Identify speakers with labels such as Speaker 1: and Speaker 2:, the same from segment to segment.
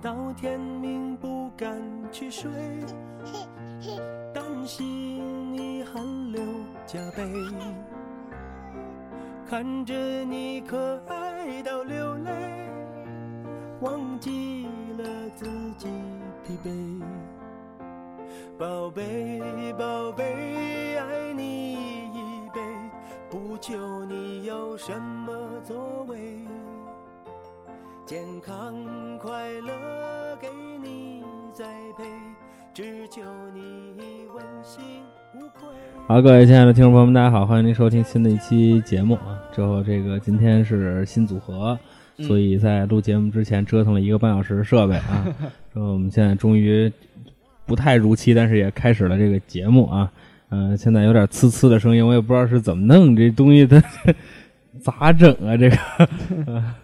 Speaker 1: 到天明不敢去睡，担心你汗流浃背，看着你可爱到流泪，忘记了自己疲惫。宝贝，宝贝，爱你一辈，不求你有什么作为。健康快乐给你栽培，只求你问心无愧。
Speaker 2: 好，各位亲爱的听众朋友们，大家好，欢迎您收听新的一期节目啊。之后这个今天是新组合，所以在录节目之前折腾了一个半小时设备啊。之后我们现在终于不太如期，但是也开始了这个节目啊。嗯、现在有点呲呲的声音，我也不知道是怎么弄，这东西它 咋整啊？这个，呃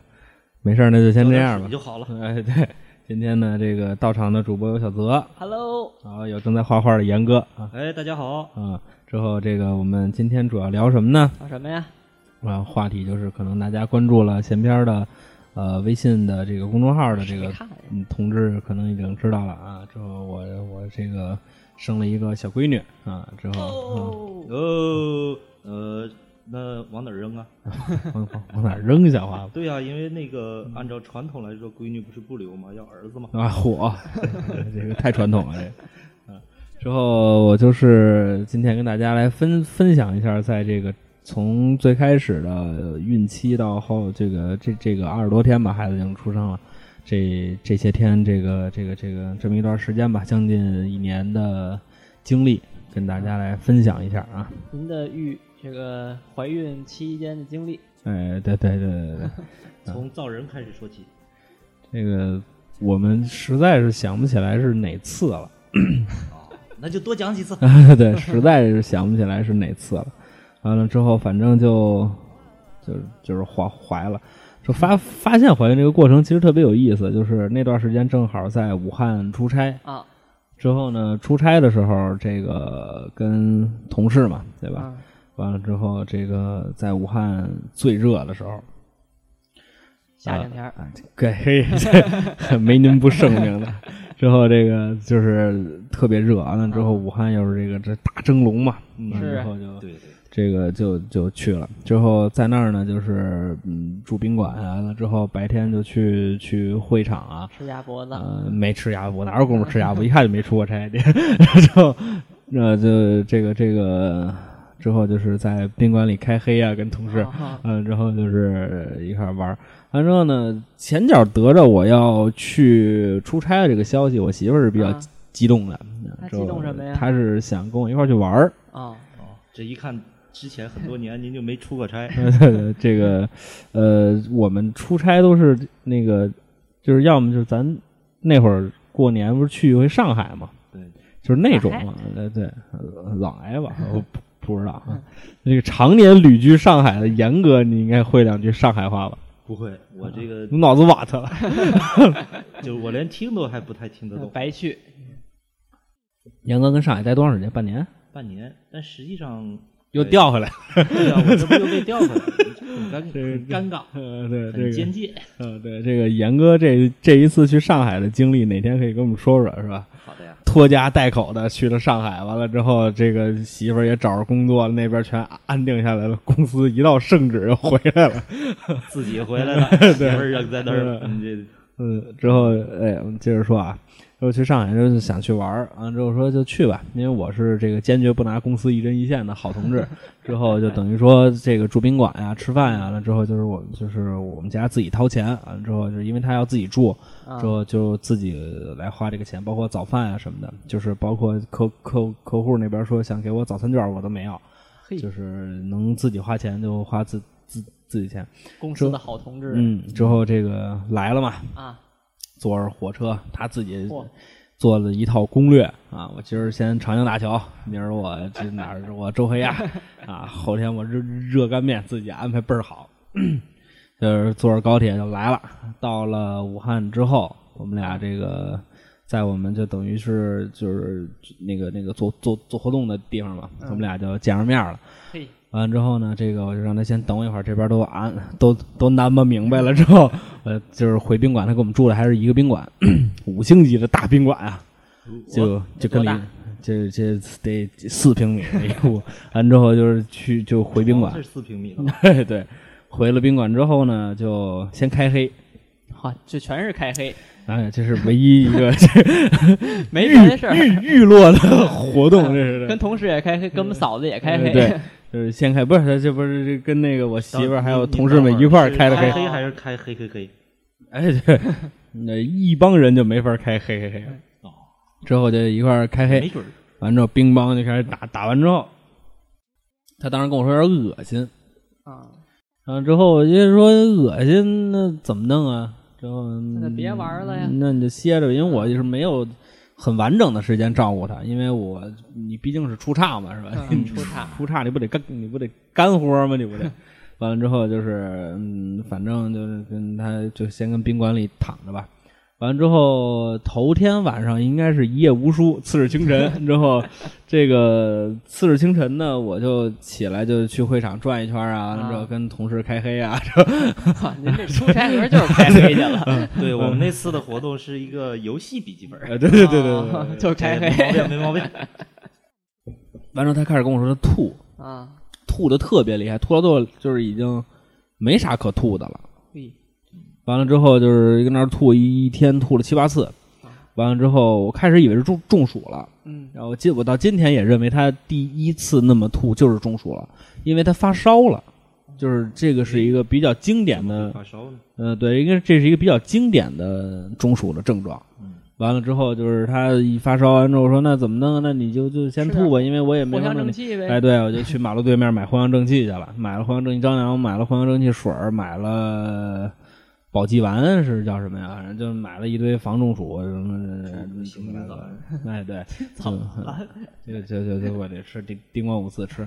Speaker 2: 没事儿，那就先这样吧
Speaker 3: 你。就好了。
Speaker 2: 哎，对，今天呢，这个到场的主播有小泽，
Speaker 3: Hello，
Speaker 2: 然后有正在画画的严哥啊
Speaker 3: 哎，大家好，
Speaker 2: 啊。之后这个我们今天主要聊什么呢？
Speaker 3: 聊什么呀？
Speaker 2: 啊，话题就是可能大家关注了闲篇儿的呃微信的这个公众号的这个
Speaker 3: 看呀
Speaker 2: 嗯同志，可能已经知道了啊。之后我我这个生了一个小闺女啊，之后
Speaker 3: 哦，呃，那往哪儿扔啊？
Speaker 2: 嗯往往往哪儿扔一下话
Speaker 3: 对呀、因为那个按照传统来说，闺女不是不留吗？要儿子嘛。
Speaker 2: 啊火，这个太传统了这个。啊之后我就是今天跟大家来分分享一下，在这个从最开始的孕期到后这个这这个二十多天吧，孩子已经出生了。这这些天，这个这个这个这么一段时间吧，将近一年的经历，跟大家来分享一下啊。
Speaker 4: 您的育这个怀孕期间的经历，
Speaker 2: 哎，对对对对对，
Speaker 3: 从造人开始说起，
Speaker 2: 这个我们实在是想不起来是哪次 了。
Speaker 3: 那就多讲几次。
Speaker 2: 对，实在是想不起来是哪次了。完了之后，反正就就是就是怀怀了，就发发现怀孕这个过程其实特别有意思。就是那段时间正好在武汉出差
Speaker 4: 啊，
Speaker 2: 之后呢，出差的时候这个跟同事嘛，对吧？
Speaker 4: 嗯
Speaker 2: 完了之后，这个在武汉最热的时候，啊
Speaker 4: 夏天天儿、
Speaker 2: 给 没您不盛名的。之后这个就是特别热，完了之后武汉又是这个这大蒸笼嘛，嗯，
Speaker 4: 是
Speaker 2: 然后就
Speaker 3: 对对，
Speaker 2: 这个就就去了。之后在那儿呢，就是嗯住宾馆啊，完了之后白天就去去会场啊，
Speaker 4: 吃鸭脖子，
Speaker 2: 呃没吃鸭脖，哪有功夫吃鸭脖？一看就没出过差。之后呃就这个这个之后就是在宾馆里开黑啊，跟同事。
Speaker 4: 啊
Speaker 2: 嗯，然后就是一块儿玩儿。完之后呢，前脚得着我要去出差的这个消息，我媳妇儿是比较
Speaker 4: 啊
Speaker 2: 激动的。
Speaker 4: 她
Speaker 2: 之后
Speaker 4: 激动什么呀
Speaker 2: 她是想跟我一块儿去玩儿。
Speaker 4: 啊，
Speaker 3: 哦，这一看之前很多年您就没出过 差，
Speaker 2: 这个，呃，我们出差都是那个，就是要么就是咱那会儿过年不是去一回上海嘛，
Speaker 3: 对，
Speaker 2: 就是那种嘛，呃，对，呃老挨吧，我不不知道啊。这个常年旅居上海的严哥，你应该会两句上海话吧？
Speaker 3: 不会，嗯我这个
Speaker 2: 你脑子瓦特了。
Speaker 3: 就是我连听都还不太听得 懂，
Speaker 4: 白去
Speaker 2: 严哥跟上海待多长时间？半年？
Speaker 3: 半年，但实际上
Speaker 2: 又，调回来。
Speaker 3: 对呀、我这不又被 调回来了，很尴 很尴尬，
Speaker 2: 呃，对
Speaker 3: 很
Speaker 2: 这
Speaker 3: 奸
Speaker 2: 个，
Speaker 3: 介。
Speaker 2: 呃，对这个严哥这这一次去上海的经历，哪天可以跟我们说说，是吧？
Speaker 3: 好的呀，
Speaker 2: 拖家带口的去了上海，完了之后，这个媳妇儿也找着工作了，那边全安定下来了，公司一到圣旨又回来了。
Speaker 3: 自己回来了，媳妇儿扔在那儿了，你这
Speaker 2: 嗯，之后，哎，我们接着说啊，之后去上海之后就想去玩儿，完了之后说就去吧，因为我是这个坚决不拿公司一针一线的好同 志。之后就等于说这个住宾馆呀、吃饭呀，完了之后就是我们就是我们家自己掏钱，完了之后就是因为他要自己住，
Speaker 4: 啊
Speaker 2: 之，后就自己来花这个钱，包括早饭啊什么的，就是包括客客客户那边说想给我早餐券，我都没要，
Speaker 4: 嘿
Speaker 2: 就是能自己花钱就花自自自己钱。
Speaker 4: 公司的好同志、
Speaker 2: 嗯，之后这个来了嘛，
Speaker 4: 啊，
Speaker 2: 坐着火车，他自己
Speaker 4: 嚯
Speaker 2: 做了一套攻略啊。我今儿先长江大桥，明儿我这哪儿我周黑鸭啊，后天我热热干面，自己安排倍儿好。 就是坐着高铁就来了，到了武汉之后，我们俩这个在我们就等于是就是那个那个做做做活动的地方嘛，我们俩就见上面了。
Speaker 4: 嘿，
Speaker 2: 完了之后呢，这个我就让他先等我一会儿，这边都安都都南吧明白了之 后，呃，就是回宾馆，他给我们住的还是一个宾 馆，五星级的大宾馆啊，就就跟
Speaker 4: 多
Speaker 2: 里
Speaker 4: 大
Speaker 2: 这这得四平米的一屋，完之后就是去就回宾馆
Speaker 4: 哦
Speaker 3: 这，是四平米的，
Speaker 2: 对 对，回了宾馆之后呢，就先开黑，
Speaker 4: 好，这全是开 黑，
Speaker 2: 哎，这是唯一一个
Speaker 4: 没别的事儿，
Speaker 2: 日日落的活动，这 是
Speaker 4: 跟同事也开黑，跟我们嫂子也开黑，
Speaker 2: 对，就是先开，不是他这不是这跟那个我媳妇儿还有
Speaker 3: 你你
Speaker 2: 同事们一块儿开的
Speaker 3: 开
Speaker 2: 黑，
Speaker 3: 黑还是开黑黑黑？
Speaker 2: 哎对，那一帮人就没法开黑黑黑了。之后就一块儿开
Speaker 3: 没
Speaker 2: 黑，
Speaker 3: 准儿
Speaker 2: 完之后乒乓就开始打，打完之后，他当时跟我说有点恶心，
Speaker 4: 啊，
Speaker 2: 然后之后我就说恶心，那怎么弄啊？之后
Speaker 4: 那就别玩了呀
Speaker 2: 那你就歇着，因为我就是没有很完整的时间照顾他，因为我你毕竟是出差嘛，是吧？
Speaker 4: 嗯出差
Speaker 2: 出差你不得干你不得干活吗？你不得。完了之后就是，嗯，反正就是跟他就先跟宾馆里躺着吧。完了之后，头天晚上应该是一夜无书，次日清晨之后，这个次日清晨呢，我就起来就去会场转一圈啊，完了之后
Speaker 4: 啊
Speaker 2: 跟同事开黑啊，
Speaker 4: 操您这出差盒就是开黑去了，
Speaker 3: 对我们 那次的活动是一个游戏笔记本儿，
Speaker 2: 呃，对对对对对。
Speaker 4: 啊 就是开
Speaker 3: 对没毛
Speaker 4: 黑
Speaker 3: 病没毛病。
Speaker 2: 完之后，他开始跟我说他吐，
Speaker 4: 啊，
Speaker 2: 吐的特别厉害，吐到最后就是已经没啥可吐的了。
Speaker 4: 嘿
Speaker 2: 完了之后就是跟那儿吐，一天吐了七八次。完了之后，我开始以为是中中暑了，
Speaker 4: 嗯，
Speaker 2: 然后今我到今天也认为他第一次那么吐就是中暑了，因为他发烧了。就是这个是一个比较经典的
Speaker 3: 发烧呢？
Speaker 2: 呃，对，应该这是一个比较经典的中暑的症状。完了之后，就是他一发烧完之后，我说那怎么弄啊？那你就就先
Speaker 4: 是
Speaker 2: 吐吧，因为我也没
Speaker 4: 藿
Speaker 2: 法
Speaker 4: 香
Speaker 2: 弄
Speaker 4: 正
Speaker 2: 你。
Speaker 4: 气
Speaker 2: 哎，
Speaker 4: 呗，
Speaker 2: 对，我就去马路对面买藿香正气去了，买了藿香正气胶囊，买了藿香正气水儿，买了保济丸是叫什么呀？反正就买了一堆防中暑什么什么来的。哎，对，
Speaker 4: 操
Speaker 2: 就就就就就我得吃叮叮咣五四吃。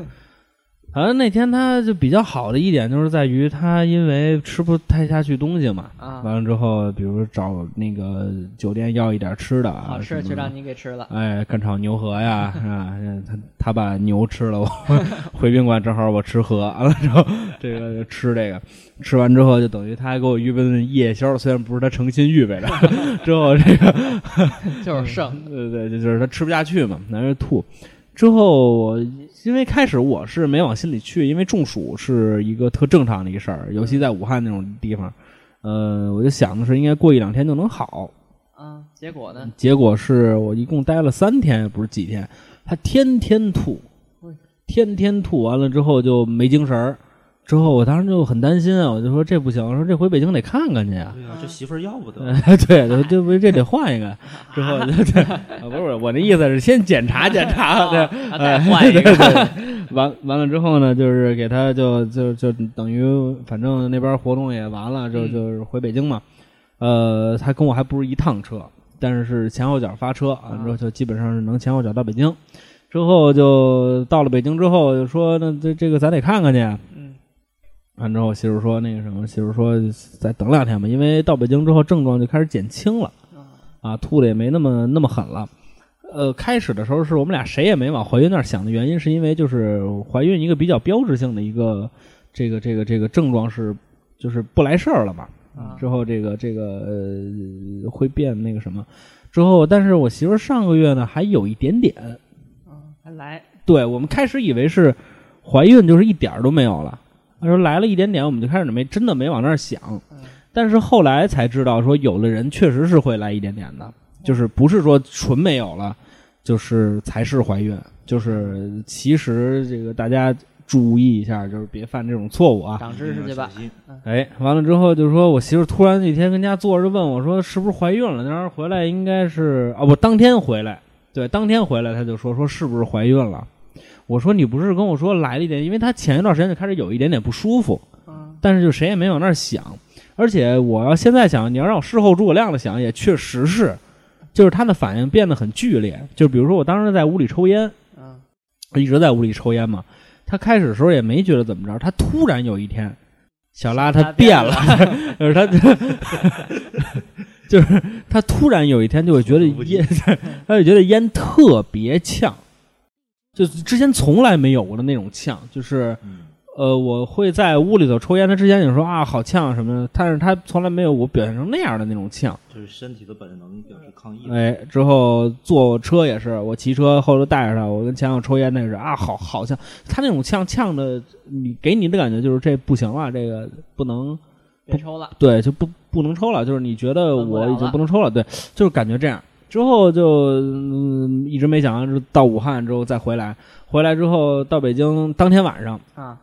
Speaker 2: 好像那天他就比较好的一点就是在于他因为吃不太下去东西嘛，
Speaker 4: 啊
Speaker 2: 完了之后，比如找那个酒店要一点吃的啊
Speaker 4: 好，
Speaker 2: 什
Speaker 4: 吃
Speaker 2: 么
Speaker 4: 就
Speaker 2: 的
Speaker 4: 让你给吃 了，
Speaker 2: 哎，干炒牛河呀，是吧？他他把牛吃了，我 回宾馆正好我吃河，完了之后 这个就吃这个，吃完之后就等于他还给我预备顿夜宵，虽然不是他诚心预备的， 之后这个嗯
Speaker 4: 就是剩，
Speaker 2: 对对，就是他吃不下去嘛，男人吐。之后我因为开始我是没往心里去，因为中暑是一个特正常的一个事儿，尤其在武汉那种地方，呃，我就想的是应该过一两天就能好，
Speaker 4: 啊，结果呢，
Speaker 2: 结果是我一共待了三天，也不是几天，他天天吐，天天吐完了之后就没精神儿。之后我当时就很担心啊，我就说这不行，我说这回北京得看看去呀、
Speaker 3: 对哎
Speaker 4: 嗯
Speaker 3: 呀，这媳妇儿要不得。
Speaker 2: 嗯对，这这不这得换一个。之后对，对啊不是不是，我那意思是先检查检查，对，
Speaker 4: 啊再换一个，
Speaker 2: 完完了之后呢，就是给他就就就等于反正那边活动也完了，
Speaker 4: 嗯
Speaker 2: 就就是回北京嘛。呃，他跟我还不是一趟车，但是是前后脚发车啊，之后就基本上是能前后脚到北京。之后就到了北京之后，就说那这这个咱得看看去。
Speaker 4: 嗯。
Speaker 2: 完之后，媳妇说那个什么，媳妇说再等两天吧，因为到北京之后症状就开始减轻了，啊，吐的也没那么那么狠了。呃，开始的时候是我们俩谁也没往怀孕那儿想的原因，是因为就是怀孕一个比较标志性的一个这个这个这个症状是就是不来事儿了嘛。
Speaker 4: 啊
Speaker 2: 之后这个这个呃会变那个什么，之后但是我媳妇儿上个月呢还有一点点，
Speaker 4: 嗯，还来，
Speaker 2: 对我们开始以为是怀孕，就是一点儿都没有了。他说来了一点点，我们就开始没真的没往那儿想
Speaker 4: 嗯，
Speaker 2: 但是后来才知道说有的人确实是会来一点点的，就是不是说纯没有了，就是才是怀孕，就是其实这个大家注意一下，就是别犯这种错误啊。
Speaker 4: 长知识去吧，
Speaker 2: 哎，完了之后就说，我媳妇儿突然那天跟家坐着问我说，是不是怀孕了？当时回来应该是啊，我当天回来，对，当天回来她就说说是不是怀孕了？我说你不是跟我说来了一点，因为她前一段时间就开始有一点点不舒服，
Speaker 4: 嗯，
Speaker 2: 但是就谁也没往那儿想。而且我要现在想，你要让我事后诸葛亮的想，也确实是，就是她的反应变得很剧烈。就比如说我当时在屋里抽烟，
Speaker 4: 嗯，
Speaker 2: 一直在屋里抽烟嘛。他开始的时候也没觉得怎么着，他突然有一天，小拉他变了， 就是他，就是他突然有一天就会觉得烟，他就觉得烟特别呛，就是之前从来没有过的那种呛，就是
Speaker 3: 嗯
Speaker 2: 呃，我会在屋里头抽烟，他之前也说啊好呛什么的，但是他从来没有我表现成那样的那种呛。
Speaker 3: 就是身体的本能表示抗议。
Speaker 2: 哎，之后坐车也是，我骑车后头带着他，我跟前友抽烟那个是啊，好好呛，他那种呛呛的，你给你的感觉就是这不行了，这个不能
Speaker 4: 别抽了，
Speaker 2: 对就不不能抽了，就是你觉得
Speaker 4: 不
Speaker 2: 我
Speaker 4: 了
Speaker 2: 已经
Speaker 4: 了
Speaker 2: 不能抽了，对，就是感觉这样。之后就、嗯、一直没想到，就到武汉之后再回来，回来之后到北京当天晚上
Speaker 4: 啊，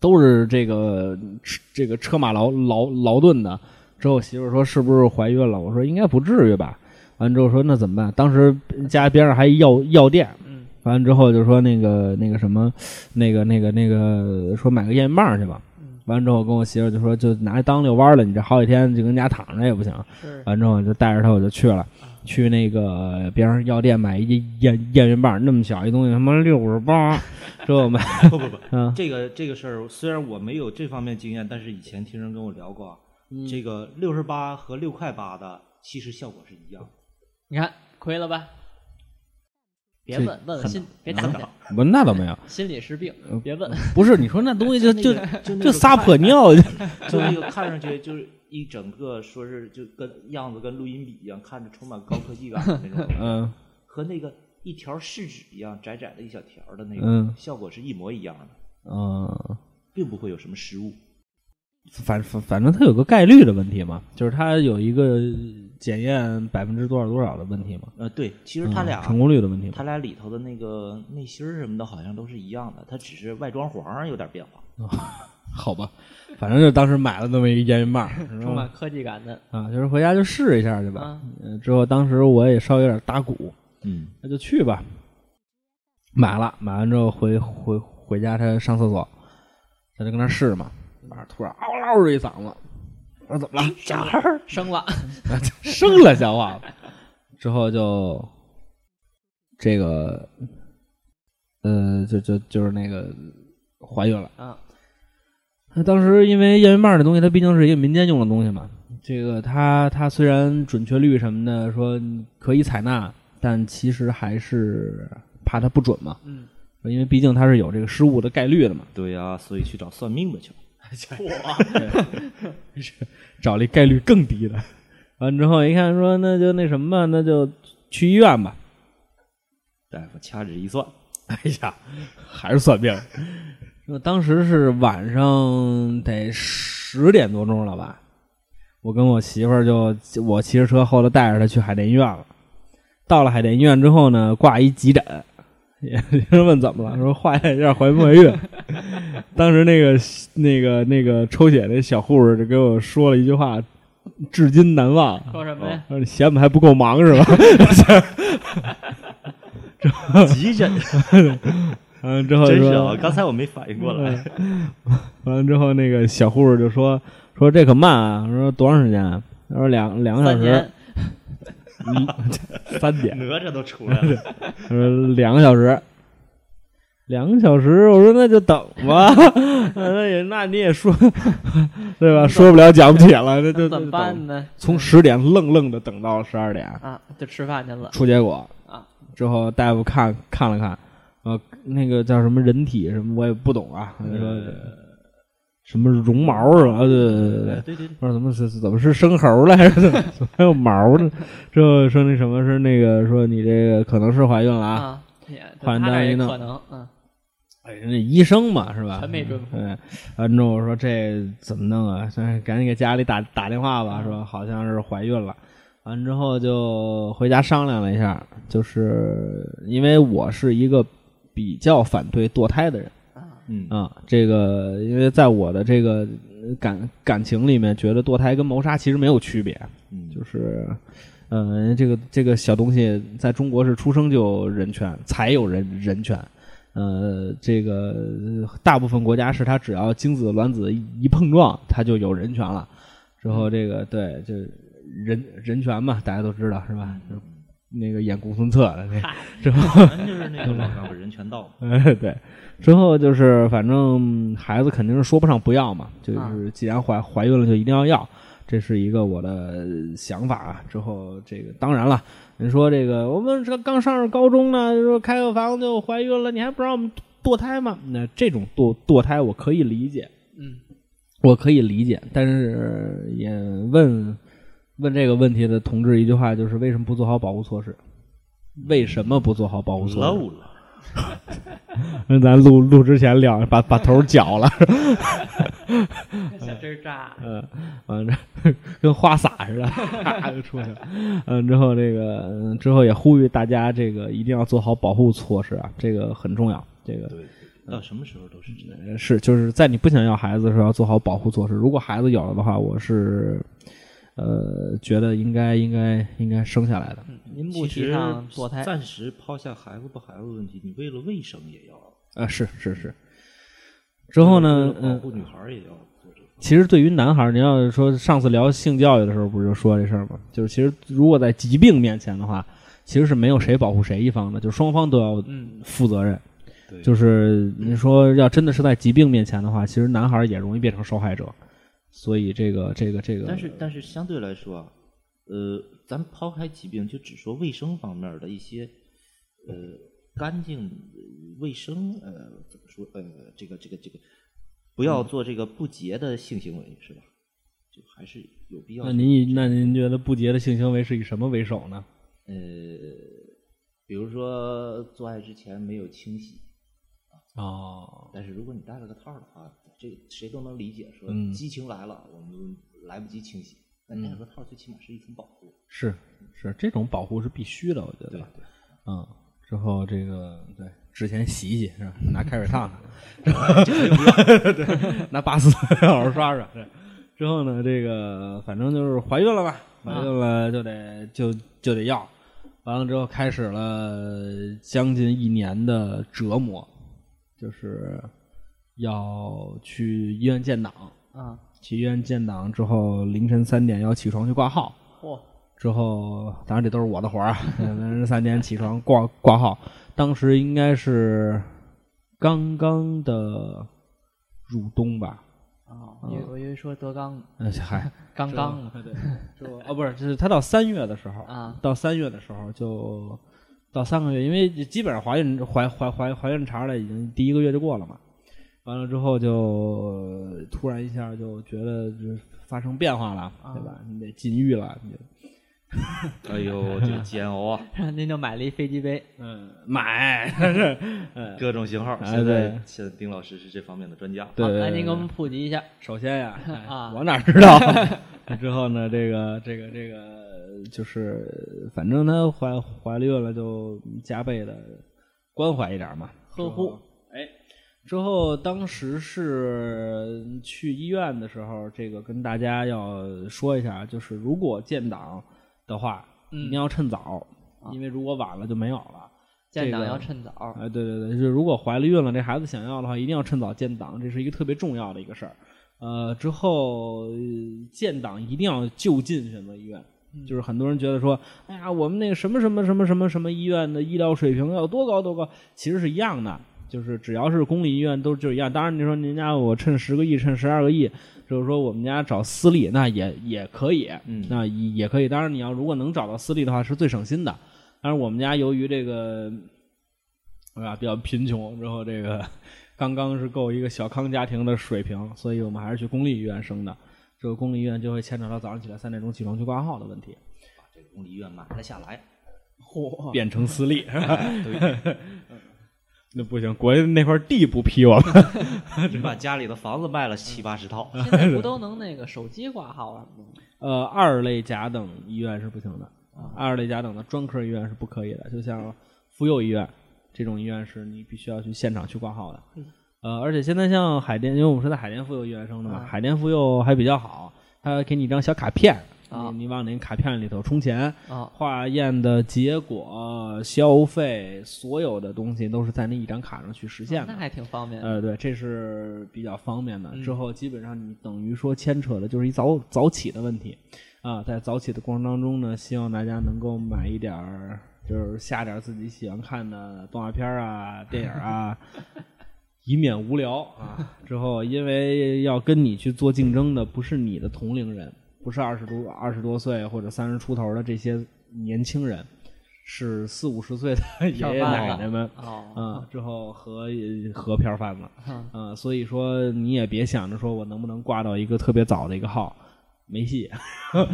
Speaker 2: 都是这个吃这个车马劳劳劳顿的。之后我媳妇儿说是不是怀孕了？我说应该不至于吧。完之后说那怎么办？当时家边上还药药店，
Speaker 4: 嗯，
Speaker 2: 完了之后就说那个那个什么，那个那个那个说买个验孕棒去吧
Speaker 4: 嗯。
Speaker 2: 完了之后跟我媳妇儿就说就拿当遛弯儿了，你这好几天就跟家躺着也不行。
Speaker 4: 是
Speaker 2: 完之后我就带着他我就去了，去那个边上药店买一验验孕棒，那么小一东西他妈六十八，之后买
Speaker 3: 不不不，
Speaker 2: 嗯
Speaker 3: 这个这个事儿虽然我没有这方面经验，但是以前听人跟我聊过啊，
Speaker 4: 嗯
Speaker 3: 这个六十八和六块八的其实效果是一样的。
Speaker 4: 你看亏了吧？别问，问问心，
Speaker 2: 嗯
Speaker 4: 别打听，
Speaker 2: 不那倒没有，
Speaker 4: 心里是病，
Speaker 2: 呃
Speaker 4: 别问。
Speaker 2: 不是你说那东西就就
Speaker 3: 就
Speaker 2: 就
Speaker 3: 那个
Speaker 2: 撒
Speaker 3: 看
Speaker 2: 泼尿就
Speaker 3: 就那个看上去就是一整个说是就跟样子跟录音笔一样，看着充满高科技感的那种，
Speaker 2: 嗯
Speaker 3: 和那个一条试纸一样窄窄的一小条的那
Speaker 2: 嗯
Speaker 3: 个效果是一模一样的，
Speaker 2: 嗯，
Speaker 3: 并不会有什么失误。
Speaker 2: 反反反正它有个概率的问题嘛，就是它有一个检验百分之多少多少的问题嘛，
Speaker 3: 呃，对，其实他
Speaker 2: 嗯
Speaker 3: 俩
Speaker 2: 成功率的问题嘛
Speaker 3: 他俩里头的那个内芯儿什么的，好像都是一样的，它只是外装环儿有点变化。
Speaker 2: 好吧，反正就当时买了那么一个烟云 棒，
Speaker 4: 充满科技感的
Speaker 2: 啊，就是回家就试一下去吧
Speaker 4: 啊。
Speaker 2: 嗯，之后当时我也稍微有点打鼓，
Speaker 3: 嗯，
Speaker 2: 那就去吧。买了，买完之后回回回家，他上厕所，他就跟那试嘛，晚上突然嗷嗷的一嗓子，我说怎么了？小孩儿
Speaker 4: 生了，
Speaker 2: 啊生了小娃娃，之后就这个呃，就就就是那个怀孕了。
Speaker 4: 啊，
Speaker 2: 那当时因为验孕棒这东西，它毕竟是一个民间用的东西嘛，这个它它虽然准确率什么的说可以采纳，但其实还是怕它不准嘛，
Speaker 4: 嗯，
Speaker 2: 因为毕竟它是有这个失误的概率的嘛。
Speaker 3: 对呀、所以去找算命的去了。
Speaker 2: 找了一概率更低的。完之后一看说那就那什么吧，那就去医院吧。
Speaker 3: 大夫掐指 一算，
Speaker 2: 哎呀，还是算命。 那当时是晚上得十点多钟了吧？我跟我媳妇儿就我骑着车后头带着她去海淀医院了。到了海淀医院之后呢，挂一急诊，也 有人问怎么了，说坏了，有点怀不怀孕。 当时那个那个那个抽血那小护士就给我说了一句话，至今难忘。
Speaker 4: 说什么呀？
Speaker 2: 说你嫌我们还不够忙是吧？
Speaker 3: 急诊，
Speaker 2: 嗯，之后
Speaker 3: 真是
Speaker 2: 说
Speaker 3: 啊！刚才我没反应过来。
Speaker 2: 完了之后，那个小护士就说说这可慢啊，说多长时间、啊？他说两两个小
Speaker 4: 三
Speaker 2: 时
Speaker 4: 年，
Speaker 2: 嗯，三点。
Speaker 3: 哪吒都出来了，
Speaker 2: 他说两个小时，两个小时。我说那就等吧，那也那你也说对吧？说不了讲不起了，那就那就
Speaker 4: 那怎么？
Speaker 2: 等
Speaker 4: 办呢？
Speaker 2: 从十点愣愣的等到十二点，
Speaker 4: 啊，就吃饭去了
Speaker 2: 出结果
Speaker 4: 啊。
Speaker 2: 之后大夫看看了看，呃，那个叫什么人体什么我也不懂啊，那个
Speaker 4: 呃
Speaker 2: 什么绒毛啊，对对 对对。
Speaker 3: 对对对，
Speaker 2: 不知道怎么是怎么是生猴了，还是怎么怎么还有毛呢？之后说那什么是那个说你这个可能是怀孕了啊？
Speaker 4: 啊，也
Speaker 2: 换
Speaker 4: 他那儿
Speaker 2: 单一
Speaker 4: 也
Speaker 2: 弄
Speaker 4: 可能，嗯，
Speaker 2: 哎，人家医生嘛是吧？
Speaker 4: 全没准
Speaker 2: 嗯。完之后我说这怎么弄啊？说赶紧给家里打打电话吧，说好像是怀孕了。完之后就回家商量了一下，就是因为我是一个比较反对堕胎的人。
Speaker 3: 嗯，
Speaker 2: 啊，这个因为在我的这个呃感感情里面，觉得堕胎跟谋杀其实没有区别，
Speaker 3: 嗯
Speaker 2: 就是，嗯、这个这个小东西在中国是出生就有人权，才有人人权，呃，这个呃大部分国家是它只要精子卵子一碰撞，它就有人权了，之后这个对就人人权嘛，大家都知道是吧？就那个演公孙策的那之后。
Speaker 3: 咱就是那个老干部人权道嘛。
Speaker 2: 哎， 对，之后就是反正孩子肯定是说不上不要嘛，就是既然怀怀孕了就一定要要。这是一个我的想法啊。之后这个当然了，你说这个我们这刚上高中呢，就说开个房就怀孕了，你还不让我们堕胎吗？那这种堕堕胎我可以理解，
Speaker 4: 嗯，
Speaker 2: 我可以理解，但是也问问这个问题的同志一句话，就是为什么不做好保护措施？为什么不做好保护措施？
Speaker 3: 漏了。
Speaker 2: 那咱录录之前聊，把把头绞了，
Speaker 4: 小针扎，
Speaker 2: 嗯，完了 这跟花洒似的， 啪就出去了。嗯，之后这个嗯之后也呼吁大家，这个一定要做好保护措施啊，这个很重要。这个
Speaker 3: 对，到什么时候都是这样。
Speaker 2: 呃是就是在你不想要孩子的时候要做好保护措施。如果孩子有了的话，我是呃觉得应该应该应该生下来的。
Speaker 4: 您不
Speaker 3: 其
Speaker 4: 提
Speaker 3: 实
Speaker 4: 倡堕胎，
Speaker 3: 暂时抛下孩子不孩子的问题，你为了卫生也要。
Speaker 2: 啊，是是是。之后呢，
Speaker 3: 为了
Speaker 2: 嗯
Speaker 3: 保，护女孩儿也要做这个。
Speaker 2: 其实对于男孩儿，您要是说上次聊性教育的时候，不是就说这事儿吗？就是其实如果在疾病面前的话，其实是没有谁保护谁一方的，就双方都要
Speaker 4: 嗯，
Speaker 2: 负责任。
Speaker 3: 对
Speaker 2: 就是你说要真的是在疾病面前的话，其实男孩儿也容易变成受害者。所以这个这个这个，
Speaker 3: 但是但是相对来说啊，呃，咱抛开疾病，就只说卫生方面的一些，呃，干净、呃卫生，呃，怎么说？呃，这个这个这个，不要
Speaker 2: 嗯
Speaker 3: 做这个不洁的性行为，是吧？就还是有必要
Speaker 2: 那
Speaker 3: 的。
Speaker 2: 您以那您觉得不洁的性行为是以什么为首呢？
Speaker 3: 呃，比如说做爱之前没有清洗，
Speaker 2: 哦，
Speaker 3: 但是如果你戴了个套儿的话，这个谁都能理解，说
Speaker 2: 嗯
Speaker 3: 激情来了，我们来不及清洗。但戴了个套儿，最起码是一层保护。
Speaker 2: 是是，这种保护是必须的，我觉得。
Speaker 3: 对对。
Speaker 2: 嗯，之后这个对，之前洗一洗是吧？拿开水烫 烫，对，拿八四好好刷刷。对，之后呢，这个反正就是怀孕了吧，怀孕了就得就就得要，完了之后开始了将近一年的折磨，就是要去医院建档，
Speaker 4: 啊，
Speaker 2: 去医院建档之后凌晨三点要起床去挂号。
Speaker 4: 嚯，
Speaker 2: 之后，当然这都是我的活儿啊。凌晨三点起床挂挂号，当时应该是刚刚的入冬吧？
Speaker 4: 啊，我以为
Speaker 2: 嗯
Speaker 4: 我以为说德纲呢
Speaker 2: 哎嗨，
Speaker 4: 刚刚呢，
Speaker 2: 对，之后哦不是，就是他到三月的时候
Speaker 4: 啊，
Speaker 2: 到三月的时候就到三个月，因为基本上怀孕怀怀怀怀孕茬儿了，已经第一个月就过了嘛。完了之后就呃突然一下就觉得就是发生变化了，
Speaker 4: 啊
Speaker 2: 对吧？你得禁欲了，你就
Speaker 3: 哎呦，这个煎熬啊！
Speaker 4: 然后您就买了一飞机杯，
Speaker 2: 嗯 买，但
Speaker 4: 啊
Speaker 2: 是嗯。
Speaker 3: 各种型号。
Speaker 2: 哎
Speaker 3: 现在
Speaker 2: 对
Speaker 3: 现在丁老师是这方面的专家。
Speaker 2: 对
Speaker 4: 好
Speaker 2: 对
Speaker 4: 来
Speaker 2: 对
Speaker 4: 您给
Speaker 2: 对
Speaker 4: 我们普及一下，
Speaker 2: 首先 呀，哎
Speaker 4: 啊
Speaker 2: 我哪知 道？之后呢，这个这个这个就是，反正她怀怀孕了，就加倍的关怀一点嘛，
Speaker 4: 呵护。
Speaker 2: 哎，之后当时是去医院的时候，这个跟大家要说一下，就是如果建档的话，
Speaker 4: 嗯啊
Speaker 2: 一定要趁早，因为如果晚了就没有了。
Speaker 4: 建档
Speaker 2: 这个
Speaker 4: 要趁早，
Speaker 2: 哎，对对对，就是如果怀了孕了，这孩子想要的话，一定要趁早建档，这是一个特别重要的一个事儿。呃，之后呃建档一定要就近选择医院。就是很多人觉得说，哎呀，我们那个什么什么什么什么什么医院的医疗水平要多高多高，其实是一样的，就是只要是公立医院都就是一样。当然，你说您家我趁十个亿，趁十二个亿，就是说我们家找私立那也也可以，
Speaker 3: 嗯
Speaker 2: 那也也可以。当然，你要如果能找到私立的话，是最省心的。但是我们家由于这个对吧？比较贫穷，之后这个刚刚是够一个小康家庭的水平，所以我们还是去公立医院生的。这个公立医院就会牵扯到早上起来三点钟起床去挂号的问题，
Speaker 3: 把这个公立医院买了下来。
Speaker 4: 嚯，
Speaker 2: 变成私立。
Speaker 3: 对，
Speaker 2: 那不行，国家那块地不批我们。
Speaker 3: 你把家里的房子卖了七八十 套，
Speaker 4: 现在不都能那个手机挂号什么 的吗？
Speaker 2: 呃，二类甲等医院是不行的，啊二类甲等的专科医院是不可以的，就像妇幼医院这种医院是你必须要去现场去挂号的。呃，而且现在像海淀，因为我们是在海淀妇幼医院生的嘛，海淀妇幼还比较好，他给你一张小卡片，
Speaker 4: 啊
Speaker 2: 你你往那卡片里头充钱，
Speaker 4: 啊，
Speaker 2: 化验的结果、消费，所有的东西都是在那一张卡上去实现的。
Speaker 4: 那还挺方便的。
Speaker 2: 呃，对，这是比较方便的。之后基本上你等于说牵扯的就是一早早起的问题啊，在早起的过程当中呢，希望大家能够买一点儿，就是下点儿自己喜欢看的动画片儿啊、电影儿啊，以免无聊啊。之后因为要跟你去做竞争的不是你的同龄人，不是二十多二十多岁或者三十出头的这些年轻人，是四五十岁的
Speaker 4: 票
Speaker 2: 爷爷
Speaker 4: 贩
Speaker 2: 奶
Speaker 4: 子
Speaker 2: 奶们。
Speaker 4: 哦，
Speaker 2: 啊、之后和和票贩子，啊、所以说你也别想着说我能不能挂到一个特别早的一个号，没戏，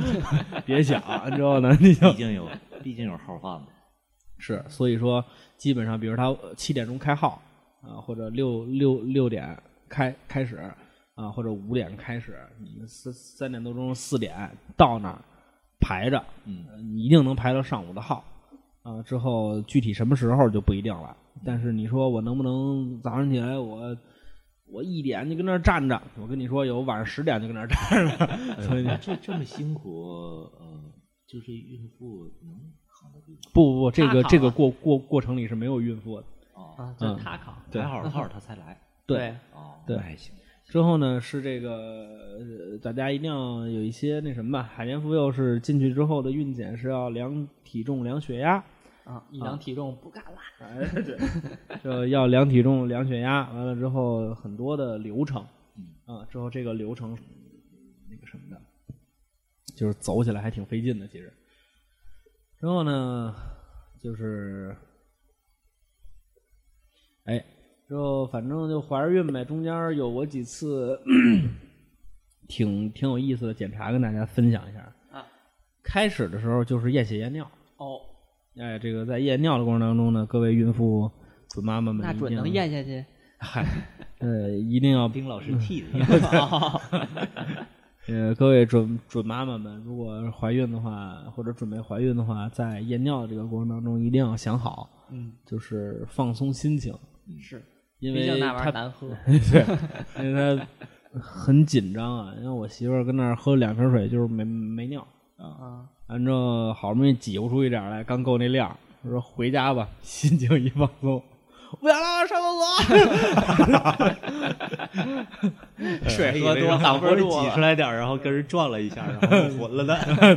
Speaker 2: 别想。之后呢，你就
Speaker 3: 毕竟有，毕竟有号贩子，
Speaker 2: 是，所以说基本上，比如他呃七点钟开号啊，或者六六六点开开始啊，或者五点开始，你三三点多钟四点到那儿排着，
Speaker 3: 嗯
Speaker 2: 呃，你一定能排到上午的号啊。之后具体什么时候就不一定了，但是你说我能不能早上起来我？我一点就跟那儿站着，我跟你说，有晚上十点就跟那儿站着，所以
Speaker 3: 那这这么辛苦，呃，就是孕妇能扛得住吗？
Speaker 2: 不不不，这个
Speaker 4: 他好
Speaker 2: 这个
Speaker 4: 啊
Speaker 2: 过过过程里是没有孕妇的，
Speaker 3: 啊，
Speaker 4: 啊，这
Speaker 2: 嗯
Speaker 4: 是他考，
Speaker 2: 对
Speaker 3: 排好了号他才来，
Speaker 4: 对，
Speaker 3: 哦，
Speaker 2: 对
Speaker 3: 那还行，
Speaker 2: 之后呢，是这个呃大家一定要有一些那什么吧，海绵妇幼是进去之后的孕检是要量体重、量血压，
Speaker 4: 啊，一量体重不干了，
Speaker 2: 哎，对，就要量体重、量血压，完了之后很多的流程，啊，之后这个流程那个什么的，就是走起来还挺费劲的，其实。之后呢，就是，哎，之后反正就怀着孕呗，中间有我几次挺挺有意思的检查，跟大家分享一下。
Speaker 4: 啊，
Speaker 2: 开始的时候就是验血验尿。
Speaker 4: 哦，
Speaker 2: 哎，这个在验尿的过程当中呢，各位孕妇、准妈妈们，
Speaker 4: 那准能，咽下去，
Speaker 2: 嗨，呃，一定要
Speaker 3: 丁老 师替着你，
Speaker 2: 呃，各位准准妈妈们，如果怀孕的话，或者准备怀孕的话，在验尿的这个过程当中，一定要想好，
Speaker 4: 嗯，
Speaker 2: 就是放松心情，
Speaker 4: 是，
Speaker 2: 因
Speaker 4: 毕
Speaker 2: 为
Speaker 4: 竟那玩
Speaker 2: 它
Speaker 4: 意儿难 喝，
Speaker 2: 因为它很紧张啊。因为我媳妇儿跟那儿喝两瓶水，就是没没尿，
Speaker 4: 啊，
Speaker 2: 完之后好不容易挤不出一点儿来，刚够那量，我说回家吧，心情一放松，不想了，上厕所。
Speaker 4: 水喝多，
Speaker 3: 脑
Speaker 4: 挡
Speaker 3: 波
Speaker 4: 不
Speaker 3: 里
Speaker 4: 住
Speaker 3: 挤出
Speaker 4: 了，
Speaker 3: 来点儿，然后跟人撞了一下，然 后混了 的。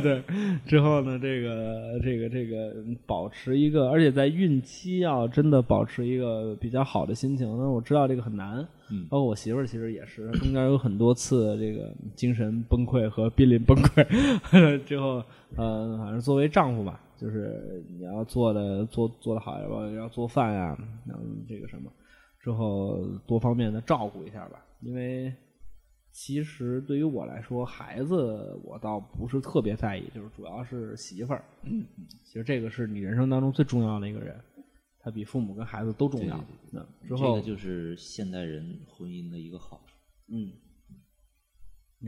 Speaker 2: 对，之后呢，这个这个这个嗯保持一个，而且在孕期要真的保持一个比较好的心情。那我知道这个很难，
Speaker 3: 嗯
Speaker 2: 包括我媳妇儿其实也是，中间有很多次这个精神崩溃和濒临崩溃。 之后，呃，反正作为丈夫吧，就是你要做的做做的好一点吧，要做饭呀，然后这个什么，之后多方面的照顾一下吧，因为。其实对于我来说，孩子我倒不是特别在意，就是主要是媳妇儿。嗯，其实这个是你人生当中最重要的一个人，他比父母跟孩子都重要
Speaker 3: 对。
Speaker 2: 那之
Speaker 3: 这
Speaker 2: 后
Speaker 3: 个，就是现代人婚姻的一个好处。
Speaker 2: 嗯，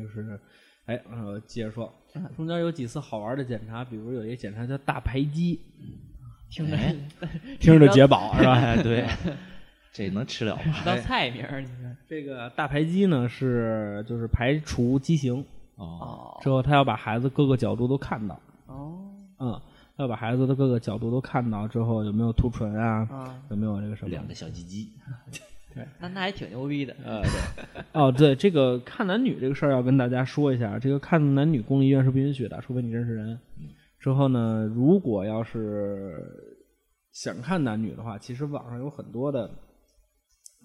Speaker 2: 就是，哎，我接着说，中间有几次好玩的检查，比如有一个检查叫大排畸，
Speaker 4: 听着
Speaker 3: 哎
Speaker 2: 听着解饱是吧？
Speaker 3: 哎，对， 这能吃了吗？
Speaker 4: 道菜名儿，你说，
Speaker 2: 这个大排畸呢是就是排除畸形
Speaker 3: 哦，
Speaker 4: 哦
Speaker 2: 之后，他要把孩子各个角度都看到。
Speaker 4: 哦，
Speaker 2: 嗯，要把孩子的各个角度都看到之后，有没有凸唇啊？
Speaker 4: 啊，
Speaker 2: 有没有这个什么？
Speaker 3: 两个小鸡鸡，
Speaker 4: 那那还挺牛逼的，
Speaker 2: 呃，对，哦，对，这个看男女这个事儿要跟大家说一下，这个看男女公立医院是不允许的，除非你认识人。之后呢，如果要是想看男女的话，其实网上有很多的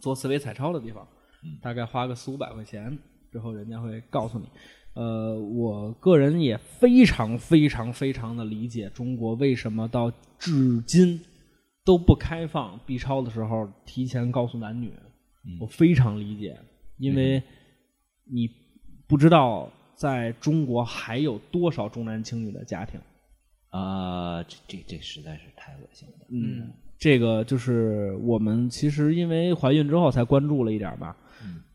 Speaker 2: 做思维彩超的地方，大概花个四五百块钱之后，人家会告诉你。呃，我个人也非常非常非常的理解中国为什么到至今都不开放 B 超的时候提前告诉男女，我非常理解，因为你不知道在中国还有多少重男轻女的家庭。
Speaker 3: 啊，这这这实在是太恶心了。
Speaker 2: 嗯，这个就是我们其实因为怀孕之后才关注了一点儿吧。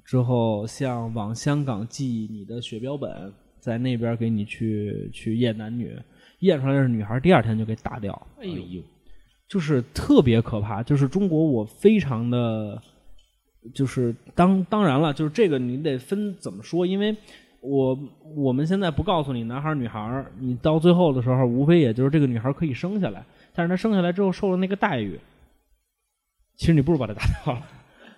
Speaker 2: 之后像往香港寄你的血标本，在那边给你去去验男女，验出来是女孩，第二天就给打掉。
Speaker 4: 哎呦，
Speaker 2: 就是特别可怕。就是中国，我非常的，就是当当然了，就是这个你得分怎么说，因为我我们现在不告诉你男孩儿女孩儿，你到最后的时候，无非也就是这个女孩儿可以生下来，但是她生下来之后受了那个待遇，其实你不如把她打掉了，